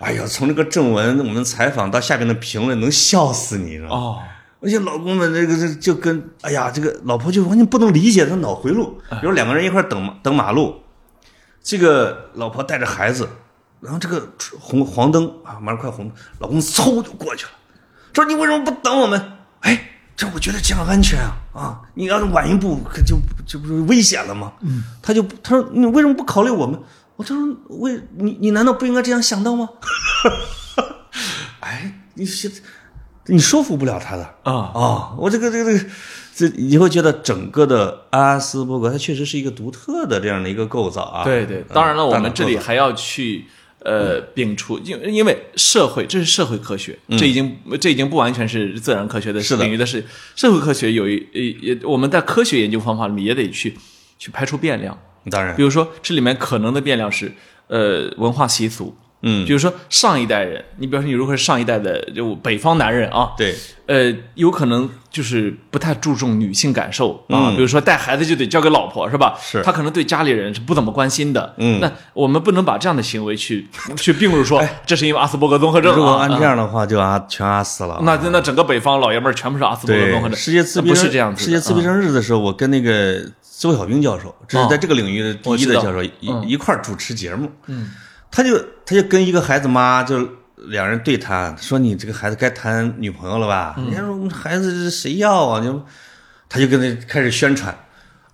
A: 哎呦，从这个正文我们采访到下边的评论，能笑死你，知道吗？
B: 哦，
A: 而且老公们这个这就跟哎呀，这个老婆就完全不能理解他脑回路。比如两个人一块儿等马等马路，这个老婆带着孩子，然后这个红黄灯啊，马上快红，老公嗖就过去了，说你为什么不等我们？哎，这我觉得这样安全啊啊！你要是晚一步，可就这不是危险了吗？嗯，他就他说你为什么不考虑我们？我他说为你你难道不应该这样想到吗？ 哎，你现你说服不了他的。
B: 啊，
A: 哦，我这个这个这个，这你会觉得整个的阿斯伯格，它确实是一个独特的这样的一个构造啊。
B: 对对，
A: 嗯
B: 当然了，我
A: 大
B: 们
A: 脑
B: 这里
A: 构造
B: 还要去。呃，摒除，因为因为社会这是社会科学，这已经这已经不完全是自然科学的
A: 嗯是的
B: 领域的事。社会科学有一呃，我们在科学研究方法里面也得去去排除变量，
A: 当然
B: 比，如说这里面可能的变量是呃文化习俗，
A: 嗯
B: 比如说上一代人，你比方说你如果是上一代的就北方男人啊，
A: 对，
B: 呃，有可能就是不太注重女性感受啊，
A: 嗯
B: 比如说带孩子就得交给老婆是吧？
A: 是
B: 他可能对家里人是不怎么关心的。
A: 嗯哎
B: 那我们不能把这样的行为去去并入说这是因为阿斯伯格综合症
A: 如果
B: 啊。
A: 按
B: 啊
A: 这样的话，就阿全阿斯了啊。
B: 那那整个北方老爷们儿全部是阿斯伯格综合
A: 对，
B: 症，
A: 世界自闭
B: 呃不
A: 症
B: 是这样子的。
A: 世界自闭
B: 啊
A: 症日的时候，我跟那个邹小兵教授，这是在这个领域的第
B: 哦我
A: 一
B: 知
A: 的
B: 道
A: 教授，一
B: 嗯
A: 一块儿主持节目。嗯，他就他就跟一个孩子妈就两人对谈，说你这个孩子该谈女朋友了吧？
B: 嗯
A: 人家说我们孩子是谁要啊？就他就跟他开始宣传，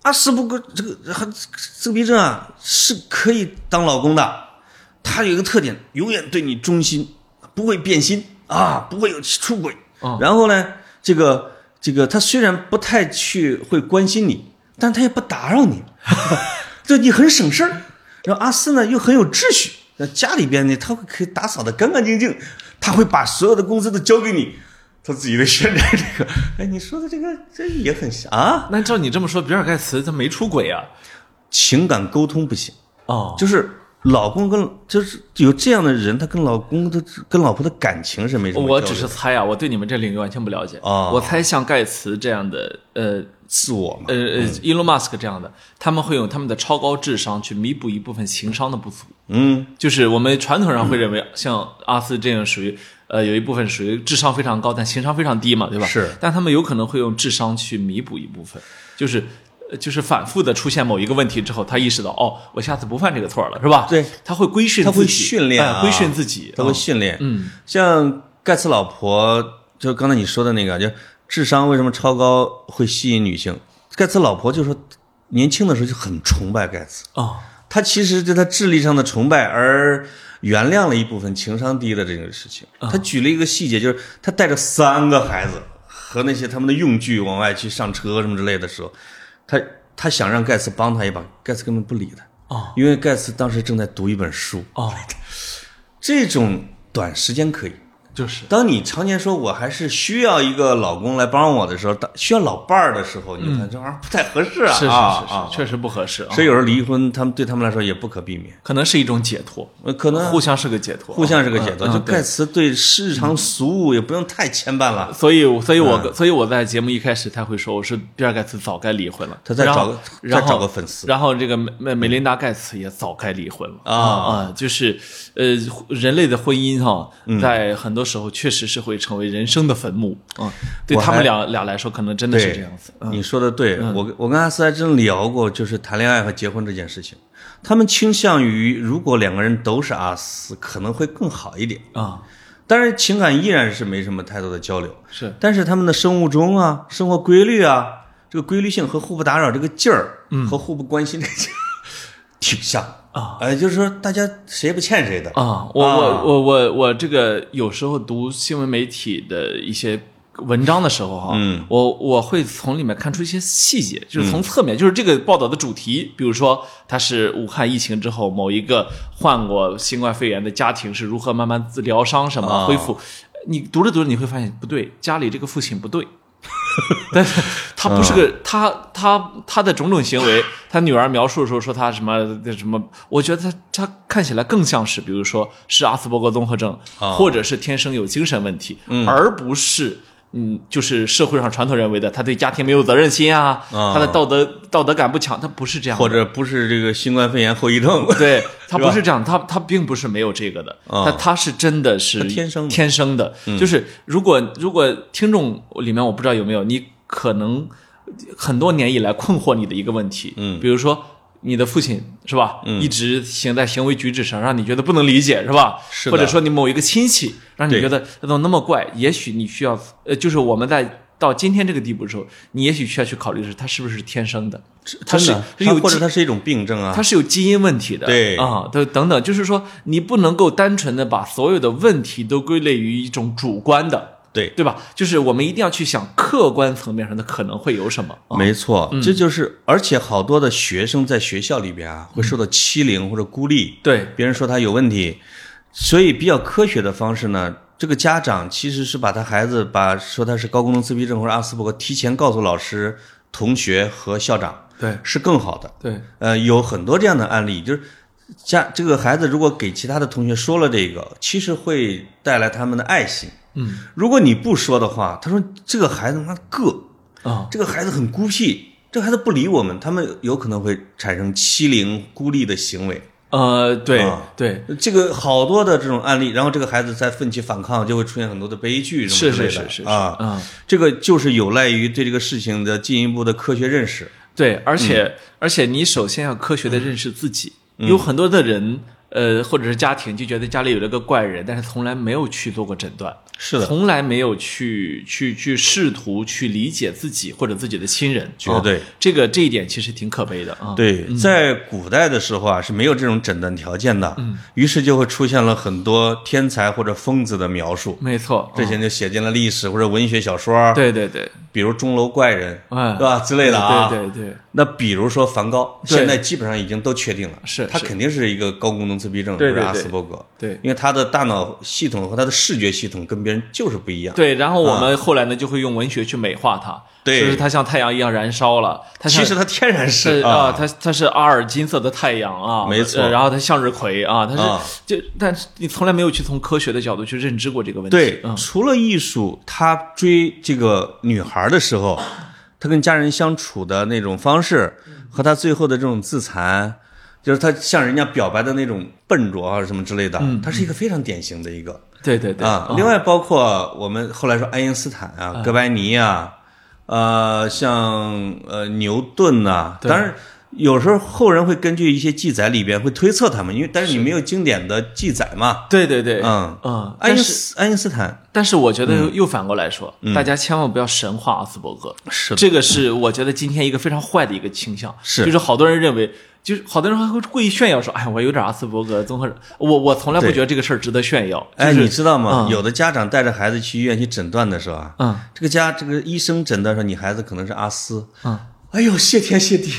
A: 啊，是不过这个还自闭症啊是可以当老公的，他有一个特点，永远对你忠心，不会变心啊，不会有出轨。
B: 嗯
A: 然后呢，这个这个他虽然不太去会关心你，但他也不打扰你， 就你很省事儿。然后阿四呢又很有秩序，那家里边呢他会可以打扫的干干净净，他会把所有的工资都交给你。他自己的宣传这个，哎，你说的这个这也很像啊，
B: 那照你这么说，比尔盖茨他没出轨啊？
A: 情感沟通不行，
B: 哦，
A: 就是老公跟就是有这样的人，他跟老公的跟老婆的感情是没什么交
B: 我
A: 流的。
B: 只是猜啊，我对你们这领域完全不了解。
A: 哦
B: 我猜像盖茨这样的，呃
A: 自我嘛
B: 呃，呃，Elon Musk 这样的，他们会用他们的超高智商去弥补一部分情商的不足。
A: 嗯，
B: 就是我们传统上会认为，像阿斯这样属于，呃，有一部分属于智商非常高，但情商非常低嘛，对吧？
A: 是。
B: 但他们有可能会用智商去弥补一部分，就是，呃就是反复的出现某一个问题之后，他意识到，哦，我下次不犯这个错了，是吧？
A: 对，
B: 他会规训自己，
A: 他会训练啊
B: 哎规训自己，
A: 他会
B: 嗯
A: 训练。嗯，像盖茨老婆，就刚才你说的那个，就智商为什么超高会吸引女性？盖茨老婆就说，年轻的时候就很崇拜盖茨，
B: 哦，
A: 她其实对他智力上的崇拜而原谅了一部分情商低的这个事情。
B: 嗯
A: 他举了一个细节，就是他带着三个孩子和那些他们的用具往外去上车什么之类的时候，他他想让盖茨帮他一把，盖茨根本不理他。
B: 哦，
A: 因为盖茨当时正在读一本书，
B: 哦，
A: 这种短时间可以。
B: 就是，
A: 当你常年说我还是需要一个老公来帮我的时候，当需要老伴儿的时候，你就看这玩意儿不太合适啊，
B: 嗯是是是是，
A: 啊啊
B: 确实不合适啊。
A: 所以有时候离婚，他们对他们来说也不可避免，
B: 可能是一种解脱，
A: 呃可能
B: 互相是个解脱，
A: 互相是个解脱。
B: 嗯嗯
A: 就
B: 对
A: 盖茨啊对日常俗务也不用太牵绊了，
B: 所以，所以
A: 嗯
B: 我，所以我在节目一开始才会说，我是比尔盖茨早该离婚了。
A: 他再
B: 然
A: 找
B: 后
A: 个
B: 然
A: 再
B: 后
A: 找个粉丝
B: 然后这个梅梅梅琳达盖茨也早该离婚了
A: 啊
B: 就是呃，人类的婚姻哈、
A: 嗯
B: 在很多时候确实是会成为人生的坟墓啊、嗯对
A: 我还
B: 他们俩俩来说，可能真的是这样子。嗯
A: 你说的对，我跟我跟阿斯还真聊过，就是谈恋爱和结婚这件事情，他们倾向于如果两个人都是阿斯，可能会更好一点。
B: 啊、
A: 当然，情感依然是没什么太多的交流，
B: 是
A: 但是他们的生物钟啊、生活规律啊，这个规律性和互不打扰这个劲儿，和互不关心这个劲儿， 挺像嗯啊。哎、就是说大家谁也不欠谁的
B: 啊、我我我我我这个有时候读新闻媒体的一些文章的时候哈、
A: 嗯
B: 我我会从里面看出一些细节，就是从侧面，就是这个报道的主题，比如说它是武汉疫情之后某一个患过新冠肺炎的家庭是如何慢慢自疗伤什么、
A: 啊
B: 恢复，你读着读着你会发现不对，家里这个父亲不对。但是他不是
A: 嗯
B: 个他他他的种种行为，他女儿描述的时候说他什么什么，我觉得他他看起来更像是，比如说是阿斯伯格综合症，
A: 啊
B: 或者是天生有精神问题，而不是嗯，就是社会上传统认为的他对家庭没有责任心啊，
A: 啊
B: 他的道德道德感不强，他不是这样的，
A: 或者不是这个新冠肺炎后遗 症，
B: 对他不是这样，他他并不是没有这个的，
A: 啊
B: 他他是真的是
A: 他天生的嗯
B: 天生的，就是如果如果听众里面我不知道有没有，你可能很多年以来困惑你的一个问题，嗯，比如说。你的父亲是吧？
A: 嗯
B: 一直行在行为举止上，让你觉得不能理解，是吧？
A: 是的
B: 或者说你某一个亲戚，让你
A: 对
B: 觉得哎他怎么那么怪？也许你需要，呃，就是我们在到今天这个地步的时候，你也许需要去考虑的是他是不是天生的，他
A: 真
B: 是
A: 的，
B: 是有
A: 它或者
B: 基
A: 它是一种病症啊
B: 它。是有基因问题的，
A: 对
B: 啊，都等等，就是说你不能够单纯的把所有的问题都归类于一种主观的，
A: 对，
B: 对吧？就是我们一定要去想客观层面上的可能会有什么。啊
A: 没错，这就是，而且好多的学生在学校里边啊，会受到欺凌或者孤立。
B: 对，
A: 别人说他有问题，所以比较科学的方式呢，这个家长其实是把他孩子把说他是高功能自闭症或者阿斯伯格提前告诉老师、同学和校长，
B: 对，
A: 是更好的。
B: 对，
A: 呃，有很多这样的案例，就是家这个孩子如果给其他的同学说了这个，其实会带来他们的爱心。
B: 嗯，
A: 如果你不说的话，他说这个孩子他妈个，
B: 啊，
A: 这个孩子很孤僻，这个孩子不理我们，他们有可能会产生欺凌、孤立的行为。
B: 呃，对
A: 啊，
B: 对，
A: 这个好多的这种案例，然后这个孩子在奋起反抗，就会出现很多的悲剧什
B: 是
A: 么之类
B: 是
A: 的
B: 是是是
A: 啊。
B: 嗯
A: 这个就是有赖于对这个事情的进一步的科学认识。嗯
B: 对，而且、而且你首先要科学的认识自己，有很多的人呃，或者是家庭就觉得家里有了个怪人，但是从来没有去做过诊断，
A: 是的
B: 从来没有去去去试图去理解自己或者自己的亲人，
A: 绝哦对
B: 啊这个这一点其实挺可悲的啊。
A: 对，在古代的时候啊是没有这种诊断条件的，
B: 嗯
A: 于是就会出现了很多天才或者疯子的描述，
B: 没错，
A: 这
B: 啊
A: 些就写进了历史或者文学小说，，
B: 对对对，
A: 比如钟楼怪人，
B: 哎
A: 对吧之类的啊，
B: 对对对，
A: 那比如说梵高，
B: 对
A: 现在基本上已经都确定了，
B: 是
A: 他
B: 是
A: 肯定是一个高功能自闭症，
B: 对
A: 不是
B: 对
A: 阿
B: 对
A: 斯伯格，
B: 对
A: 因为他的大脑系统和他的视觉系统跟别人就是不一样。
B: 对，然后我们后来呢就会用文学去美化它，
A: 啊对
B: 就是它像太阳一样燃烧了，它像
A: 其实他天然
B: 是啊，
A: 啊，
B: 它它是阿尔金色的太阳啊，
A: 没错
B: 呃然后它向日葵啊，它是、
A: 啊
B: 就，但是你从来没有去从科学的角度去认知过这个问题。
A: 对
B: 嗯，，
A: 除了艺术，他追这个女孩的时 候，他跟家人相处的那种方式，
B: 嗯
A: 和他最后的这种自残，就是他向人家表白的那种笨拙啊什么之类的，他是一个非常典型的一个。
B: 对嗯对对
A: 啊，
B: 嗯
A: 另外包括我们后来说爱因斯坦啊、哥白尼啊，呃，像呃牛顿呐、
B: 对
A: 当然有时候后人会根据一些记载里边会推测他们，因为但是你没有经典的记载嘛。
B: 对对对，
A: 嗯
B: 嗯，
A: 爱因
B: 但是
A: 斯爱因斯坦
B: 但是我觉得又反过来说，大家千万不要神化阿斯伯格，
A: 嗯是的
B: 这个是我觉得今天一个非常坏的一个倾向，
A: 是
B: 就是好多人认为。就是好多人还会故意炫耀说：“哎，我有点阿斯伯格综合症。”我我从来不
A: 对
B: 觉得这个事儿值得炫耀。
A: 哎，
B: 就是
A: 你知道吗？
B: 嗯
A: 有的家长带着孩子去医院去诊断的时候啊，
B: 嗯
A: 这个家这个医生诊断说你孩子可能是阿斯，
B: 嗯，
A: 哎呦，谢天谢地，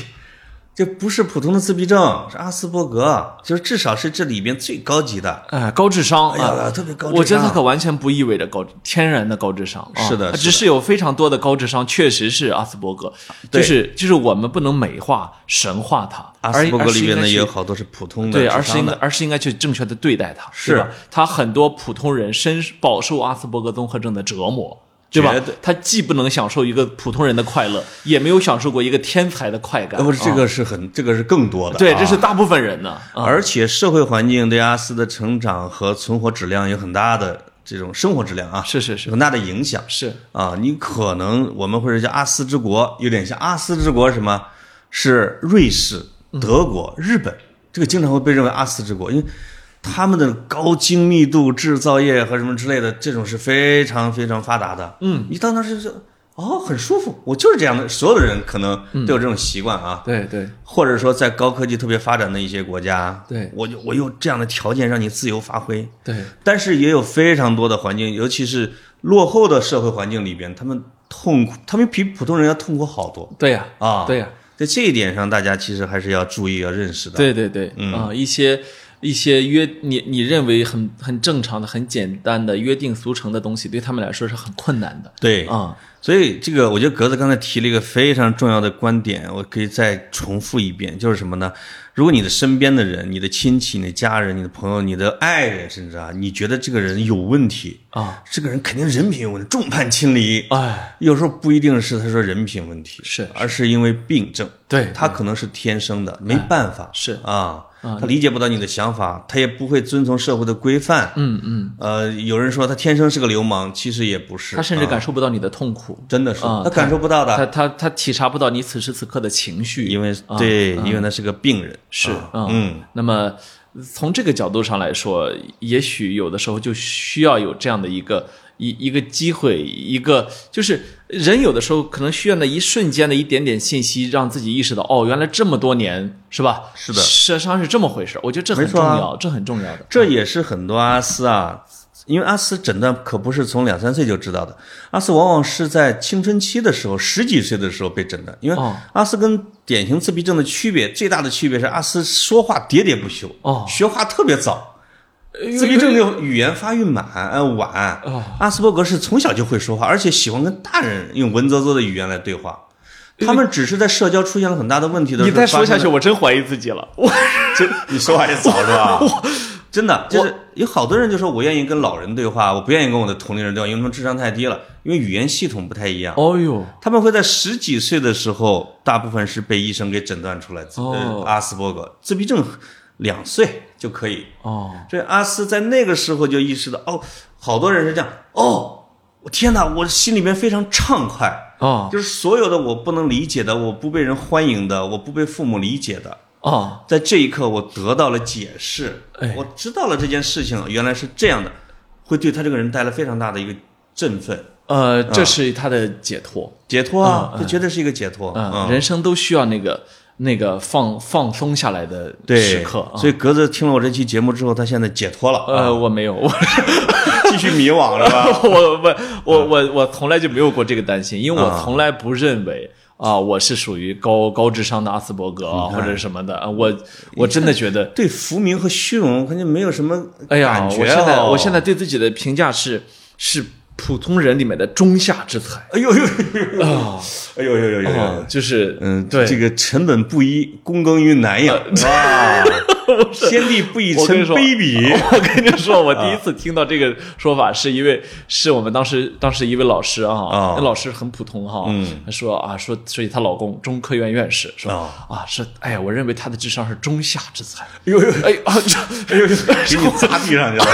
A: 这不是普通的自闭症，是阿斯伯格，就是至少是这里边最高级的。
B: 哎，高智商，
A: 哎呀
B: 啊
A: 特别高智商
B: 我觉得他可完全不意味着高天然的高智商，啊
A: 是的
B: 他
A: 是
B: 只是有非常多的高智商，确实是阿斯伯格，就
A: 对
B: 是就是我们不能美化神化他，
A: 阿斯伯
B: 而
A: 格
B: 而是
A: 里边
B: 应该
A: 呢
B: 去
A: 也有好多是普通的，
B: 对，
A: 智
B: 而是
A: 商
B: 应
A: 的
B: 该，而是应该去正确的对待它，
A: 是
B: 对吧？他很多普通人深饱受阿斯伯格综合症的折磨，对吧
A: 绝对？
B: 他既不能享受一个普通人的快乐，也没有享受过一个天才的快感。
A: 呃，不是这
B: 啊
A: 个是很，这个是更多的，
B: 对，
A: 啊
B: 这是大部分人呢。啊
A: 而且社会环境对阿斯的成长和存活质量有很大的这种生活质量啊，
B: 是是是
A: 有很大的影响
B: 是，
A: 啊。你可能我们或者叫阿斯之国，有点像阿斯之国是什么？是瑞士、
B: 嗯
A: 德国、日本，这个经常会被认为阿斯之国，因为他们的高精密度制造业和什么之类的，这种是非常非常发达的。嗯，你到那儿就是哦，很舒服，我就是这样的。所有的人可能都有这种习惯啊。
B: 嗯对对
A: 或者说在高科技特别发展的一些国家，
B: 对
A: 我就我有这样的条件让你自由发挥，
B: 对，
A: 但是也有非常多的环境，尤其是落后的社会环境里边，他们痛苦，他们比普通人要痛苦好多
B: 对呀，
A: 啊。
B: 对呀，
A: 在这一点上，大家其实还是要注意、要认识的。
B: 对对对，
A: 嗯
B: 啊，一些。一些约你你认为很很正常的、很简单的约定俗成的东西，对他们来说是很困难的。
A: 对
B: 啊、
A: 所以这个我觉得格子刚才提了一个非常重要的观点，我可以再重复一遍，就是什么呢？如果你的身边的人、你的亲戚、你的家人、你的朋友、你的爱人，甚至啊，你觉得这个人有问题
B: 啊，
A: 这个人肯定人品有问题，众叛亲离。
B: 哎，
A: 有时候不一定是他说人品问题，
B: 是是
A: 而是因为病症，
B: 对，哎
A: 他可能是天生的，没办法，
B: 是
A: 啊，他理解不到你的想法，他也不会遵从社会的规范。
B: 嗯嗯，
A: 呃，有人说他天生是个流氓，其实也不是，
B: 他甚至
A: 啊
B: 感受不到你的痛苦，
A: 真的是
B: 啊
A: 他感受不到的，
B: 他他他体察不到你此时此刻的情绪，
A: 因为
B: 啊
A: 对，因为他是个病人，
B: 是
A: 啊
B: 嗯。那么从这个角度上来说，也许有的时候就需要有这样的一个一一个机会，一个就是人有的时候可能需要那一瞬间的一点点信息，让自己意识到哦，原来这么多年是吧？
A: 是的
B: 社伤是这么回事儿。我觉得这很
A: 没
B: 重
A: 错啊
B: 要，这很重要的。
A: 这也是很多阿斯啊，因为阿斯诊断可不是从两三岁就知道的，阿斯往往是在青春期的时候，十几岁的时候被诊断。因为
B: 哦
A: 阿斯跟典型自闭症的区别，最大的区别是阿斯说话喋喋不休，
B: 哦
A: 学话特别早。
B: 因为
A: 自闭症就语言发育满呃晚，
B: 哦
A: 阿斯伯格是从小就会说话，而且喜欢跟大人用文绉绉的语言来对话。他们只是在社交出现了很大的问题的时
B: 你
A: 候，
B: 再说
A: 发生
B: 下
A: 了
B: 去，我真怀疑自 己了。我
A: 这你说话也早是 吧？真的就是有好多人就说，我愿意跟老人对话，我不愿意跟我的同龄人对话，因为他们智商太低了，因为语言系统不太一样。
B: 哦呦，
A: 他们会在十几岁的时候，大部分是被医生给诊断出来，
B: 哦
A: 呃，阿斯伯格自闭症，两岁就可以。
B: 哦，
A: 所以阿斯在那个时候就意识到，哦，好多人是这样，哦，我天哪，我心里面非常畅快，
B: 哦，
A: 就是所有的我不能理解的，我不被人欢迎的，我不被父母理解的，
B: 哦，
A: 在这一刻，我得到了解释
B: 哎，
A: 我知道了这件事情原来是这样的，会对他这个人带来非常大的一个振奋、啊
B: 呃，这是他的解脱。
A: 解脱啊，这绝对是一个解脱。
B: 嗯，
A: 嗯，
B: 人生都需要那个那个放放松下来的时
A: 对
B: 刻。啊。
A: 所啊以格子听了我这期节目之后，他现在解脱了，
B: 呃，我没有， 我
A: 继续迷惘了吧？
B: 我我我我我从来就没有过这个担心，因为我
A: 啊
B: 从来不认为啊、我是属于高高智商的阿斯伯格啊或者什么的，啊我我真的觉得，
A: 对浮名和虚荣，感觉没有什么
B: 哎呀，
A: 感觉
B: 我现在
A: 哦
B: 我现在对自己的评价是是普通人里面的中下之才
A: 哎呦呦呦呦，
B: 啊
A: 哎呦呦呦呦
B: 啊
A: 呦，，
B: 就是
A: 嗯，
B: 对
A: 这个成本不一，躬耕于南阳啊，先帝不以
B: 我跟
A: 臣
B: 你说
A: 卑鄙。
B: 我跟你说，我
A: 啊
B: 第一次听到这个说法，是因为是我们当时当时一位老师啊
A: 啊，嗯
B: 那老师很普通哈，他说啊说，所以她老公中科院院士说
A: 啊
B: 啊是，哎呀，我认为他的智商是中下 之才，
A: 呦呦，
B: 哎啊这，哎 呦，
A: 给你砸地上去 了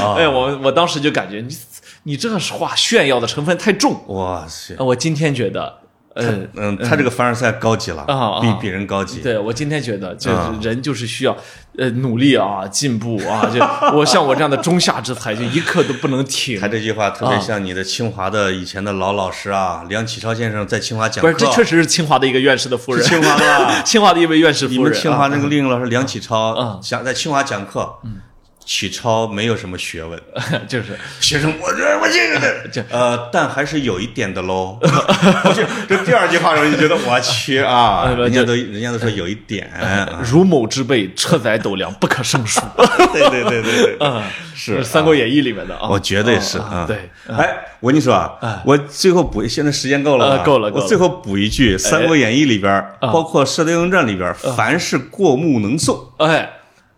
A: 啊！
B: 哎呀，我我当时就感觉你你这话炫耀的成分太重，
A: 哇塞，
B: 我今天觉得，呃，
A: 嗯，他这个凡尔赛高级了
B: 啊，
A: 比
B: 啊
A: 比人高级。
B: 对我今天觉得，
A: 啊
B: 就是人就是需要，呃，努力啊，进步啊， 就我像我这样的中下之才，就一刻都不能停
A: 他。这句话
B: 啊
A: 特别像你的清华的以前的老老师啊，梁启超先生在清华讲
B: 不
A: 课，
B: 是，这确实是清华的一个院士的夫人，
A: 清华的吧
B: 清华的一位院士
A: 你
B: 夫
A: 们
B: 人啊。
A: 清华那个另一个老师梁启超
B: 嗯
A: 讲在清华讲课，启超没有什么学 问，
B: 就是
A: 学生我这我这 个
B: 这
A: 的，呃，但还是有一点的 喽。这这第二句话我就觉得我去 啊，
B: 呃不
A: 人家
B: 就
A: 都人家都说有一点， 啊
B: 如某之辈，车载斗量，不可胜数。
A: 对对对对对，
B: 嗯
A: 是
B: 《三国演义》里面的啊，
A: 我绝对是啊
B: 啊。对，
A: 哎，我跟你说啊，我最后补，现在时间够了吧，
B: 呃够了够哎啊了
A: 我最后补一句，《三国演义》里边儿，包括《射雕英雄传》里边儿，
B: 啊
A: 凡是过目能诵。
B: 哎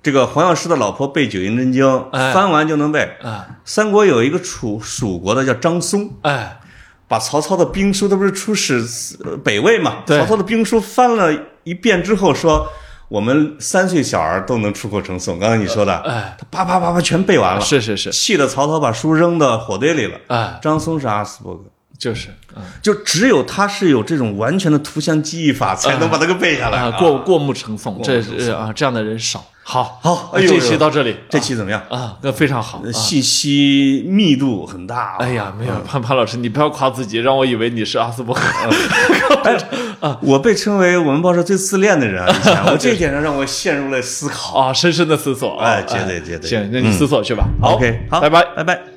A: 这个黄药师的老婆背《九阴真经》，
B: 哎
A: 翻完就能背。
B: 啊
A: 三国有一个楚蜀国的叫张松，
B: 哎，
A: 把曹操的兵书，他不是出使呃北魏嘛？
B: 对
A: 曹操的兵书翻了一遍之后说。我们三岁小儿都能出口成诵，刚才你说的，
B: 哎
A: 他啪啪啪啪全背完了，
B: 是是是，
A: 气得曹操把书扔到火堆里了。
B: 哎
A: 张松是阿斯伯格，
B: 就是嗯
A: 就只有他是有这种完全的图像记忆法，才能把它给背下来
B: 啊
A: 啊。
B: 过过目成诵，这
A: 成
B: 是啊这样的人少。好
A: 好哎呦
B: 这期到这里，
A: 这期怎么嗯样？呃
B: 啊，那非常好。啊
A: 信息密度很大。啊
B: 哎呀，
A: 嗯
B: 没有潘潘老师，你不要夸自己，让我以为你是阿斯伯格。
A: 啊，我被称为我们报社最自恋的人啊，以 前我这一点上让我陷入了思考。
B: 啊，深深的思索。啊
A: 哎绝对绝对
B: 行，那你思索去吧。
A: OK，好，
B: 拜拜。
A: 拜拜。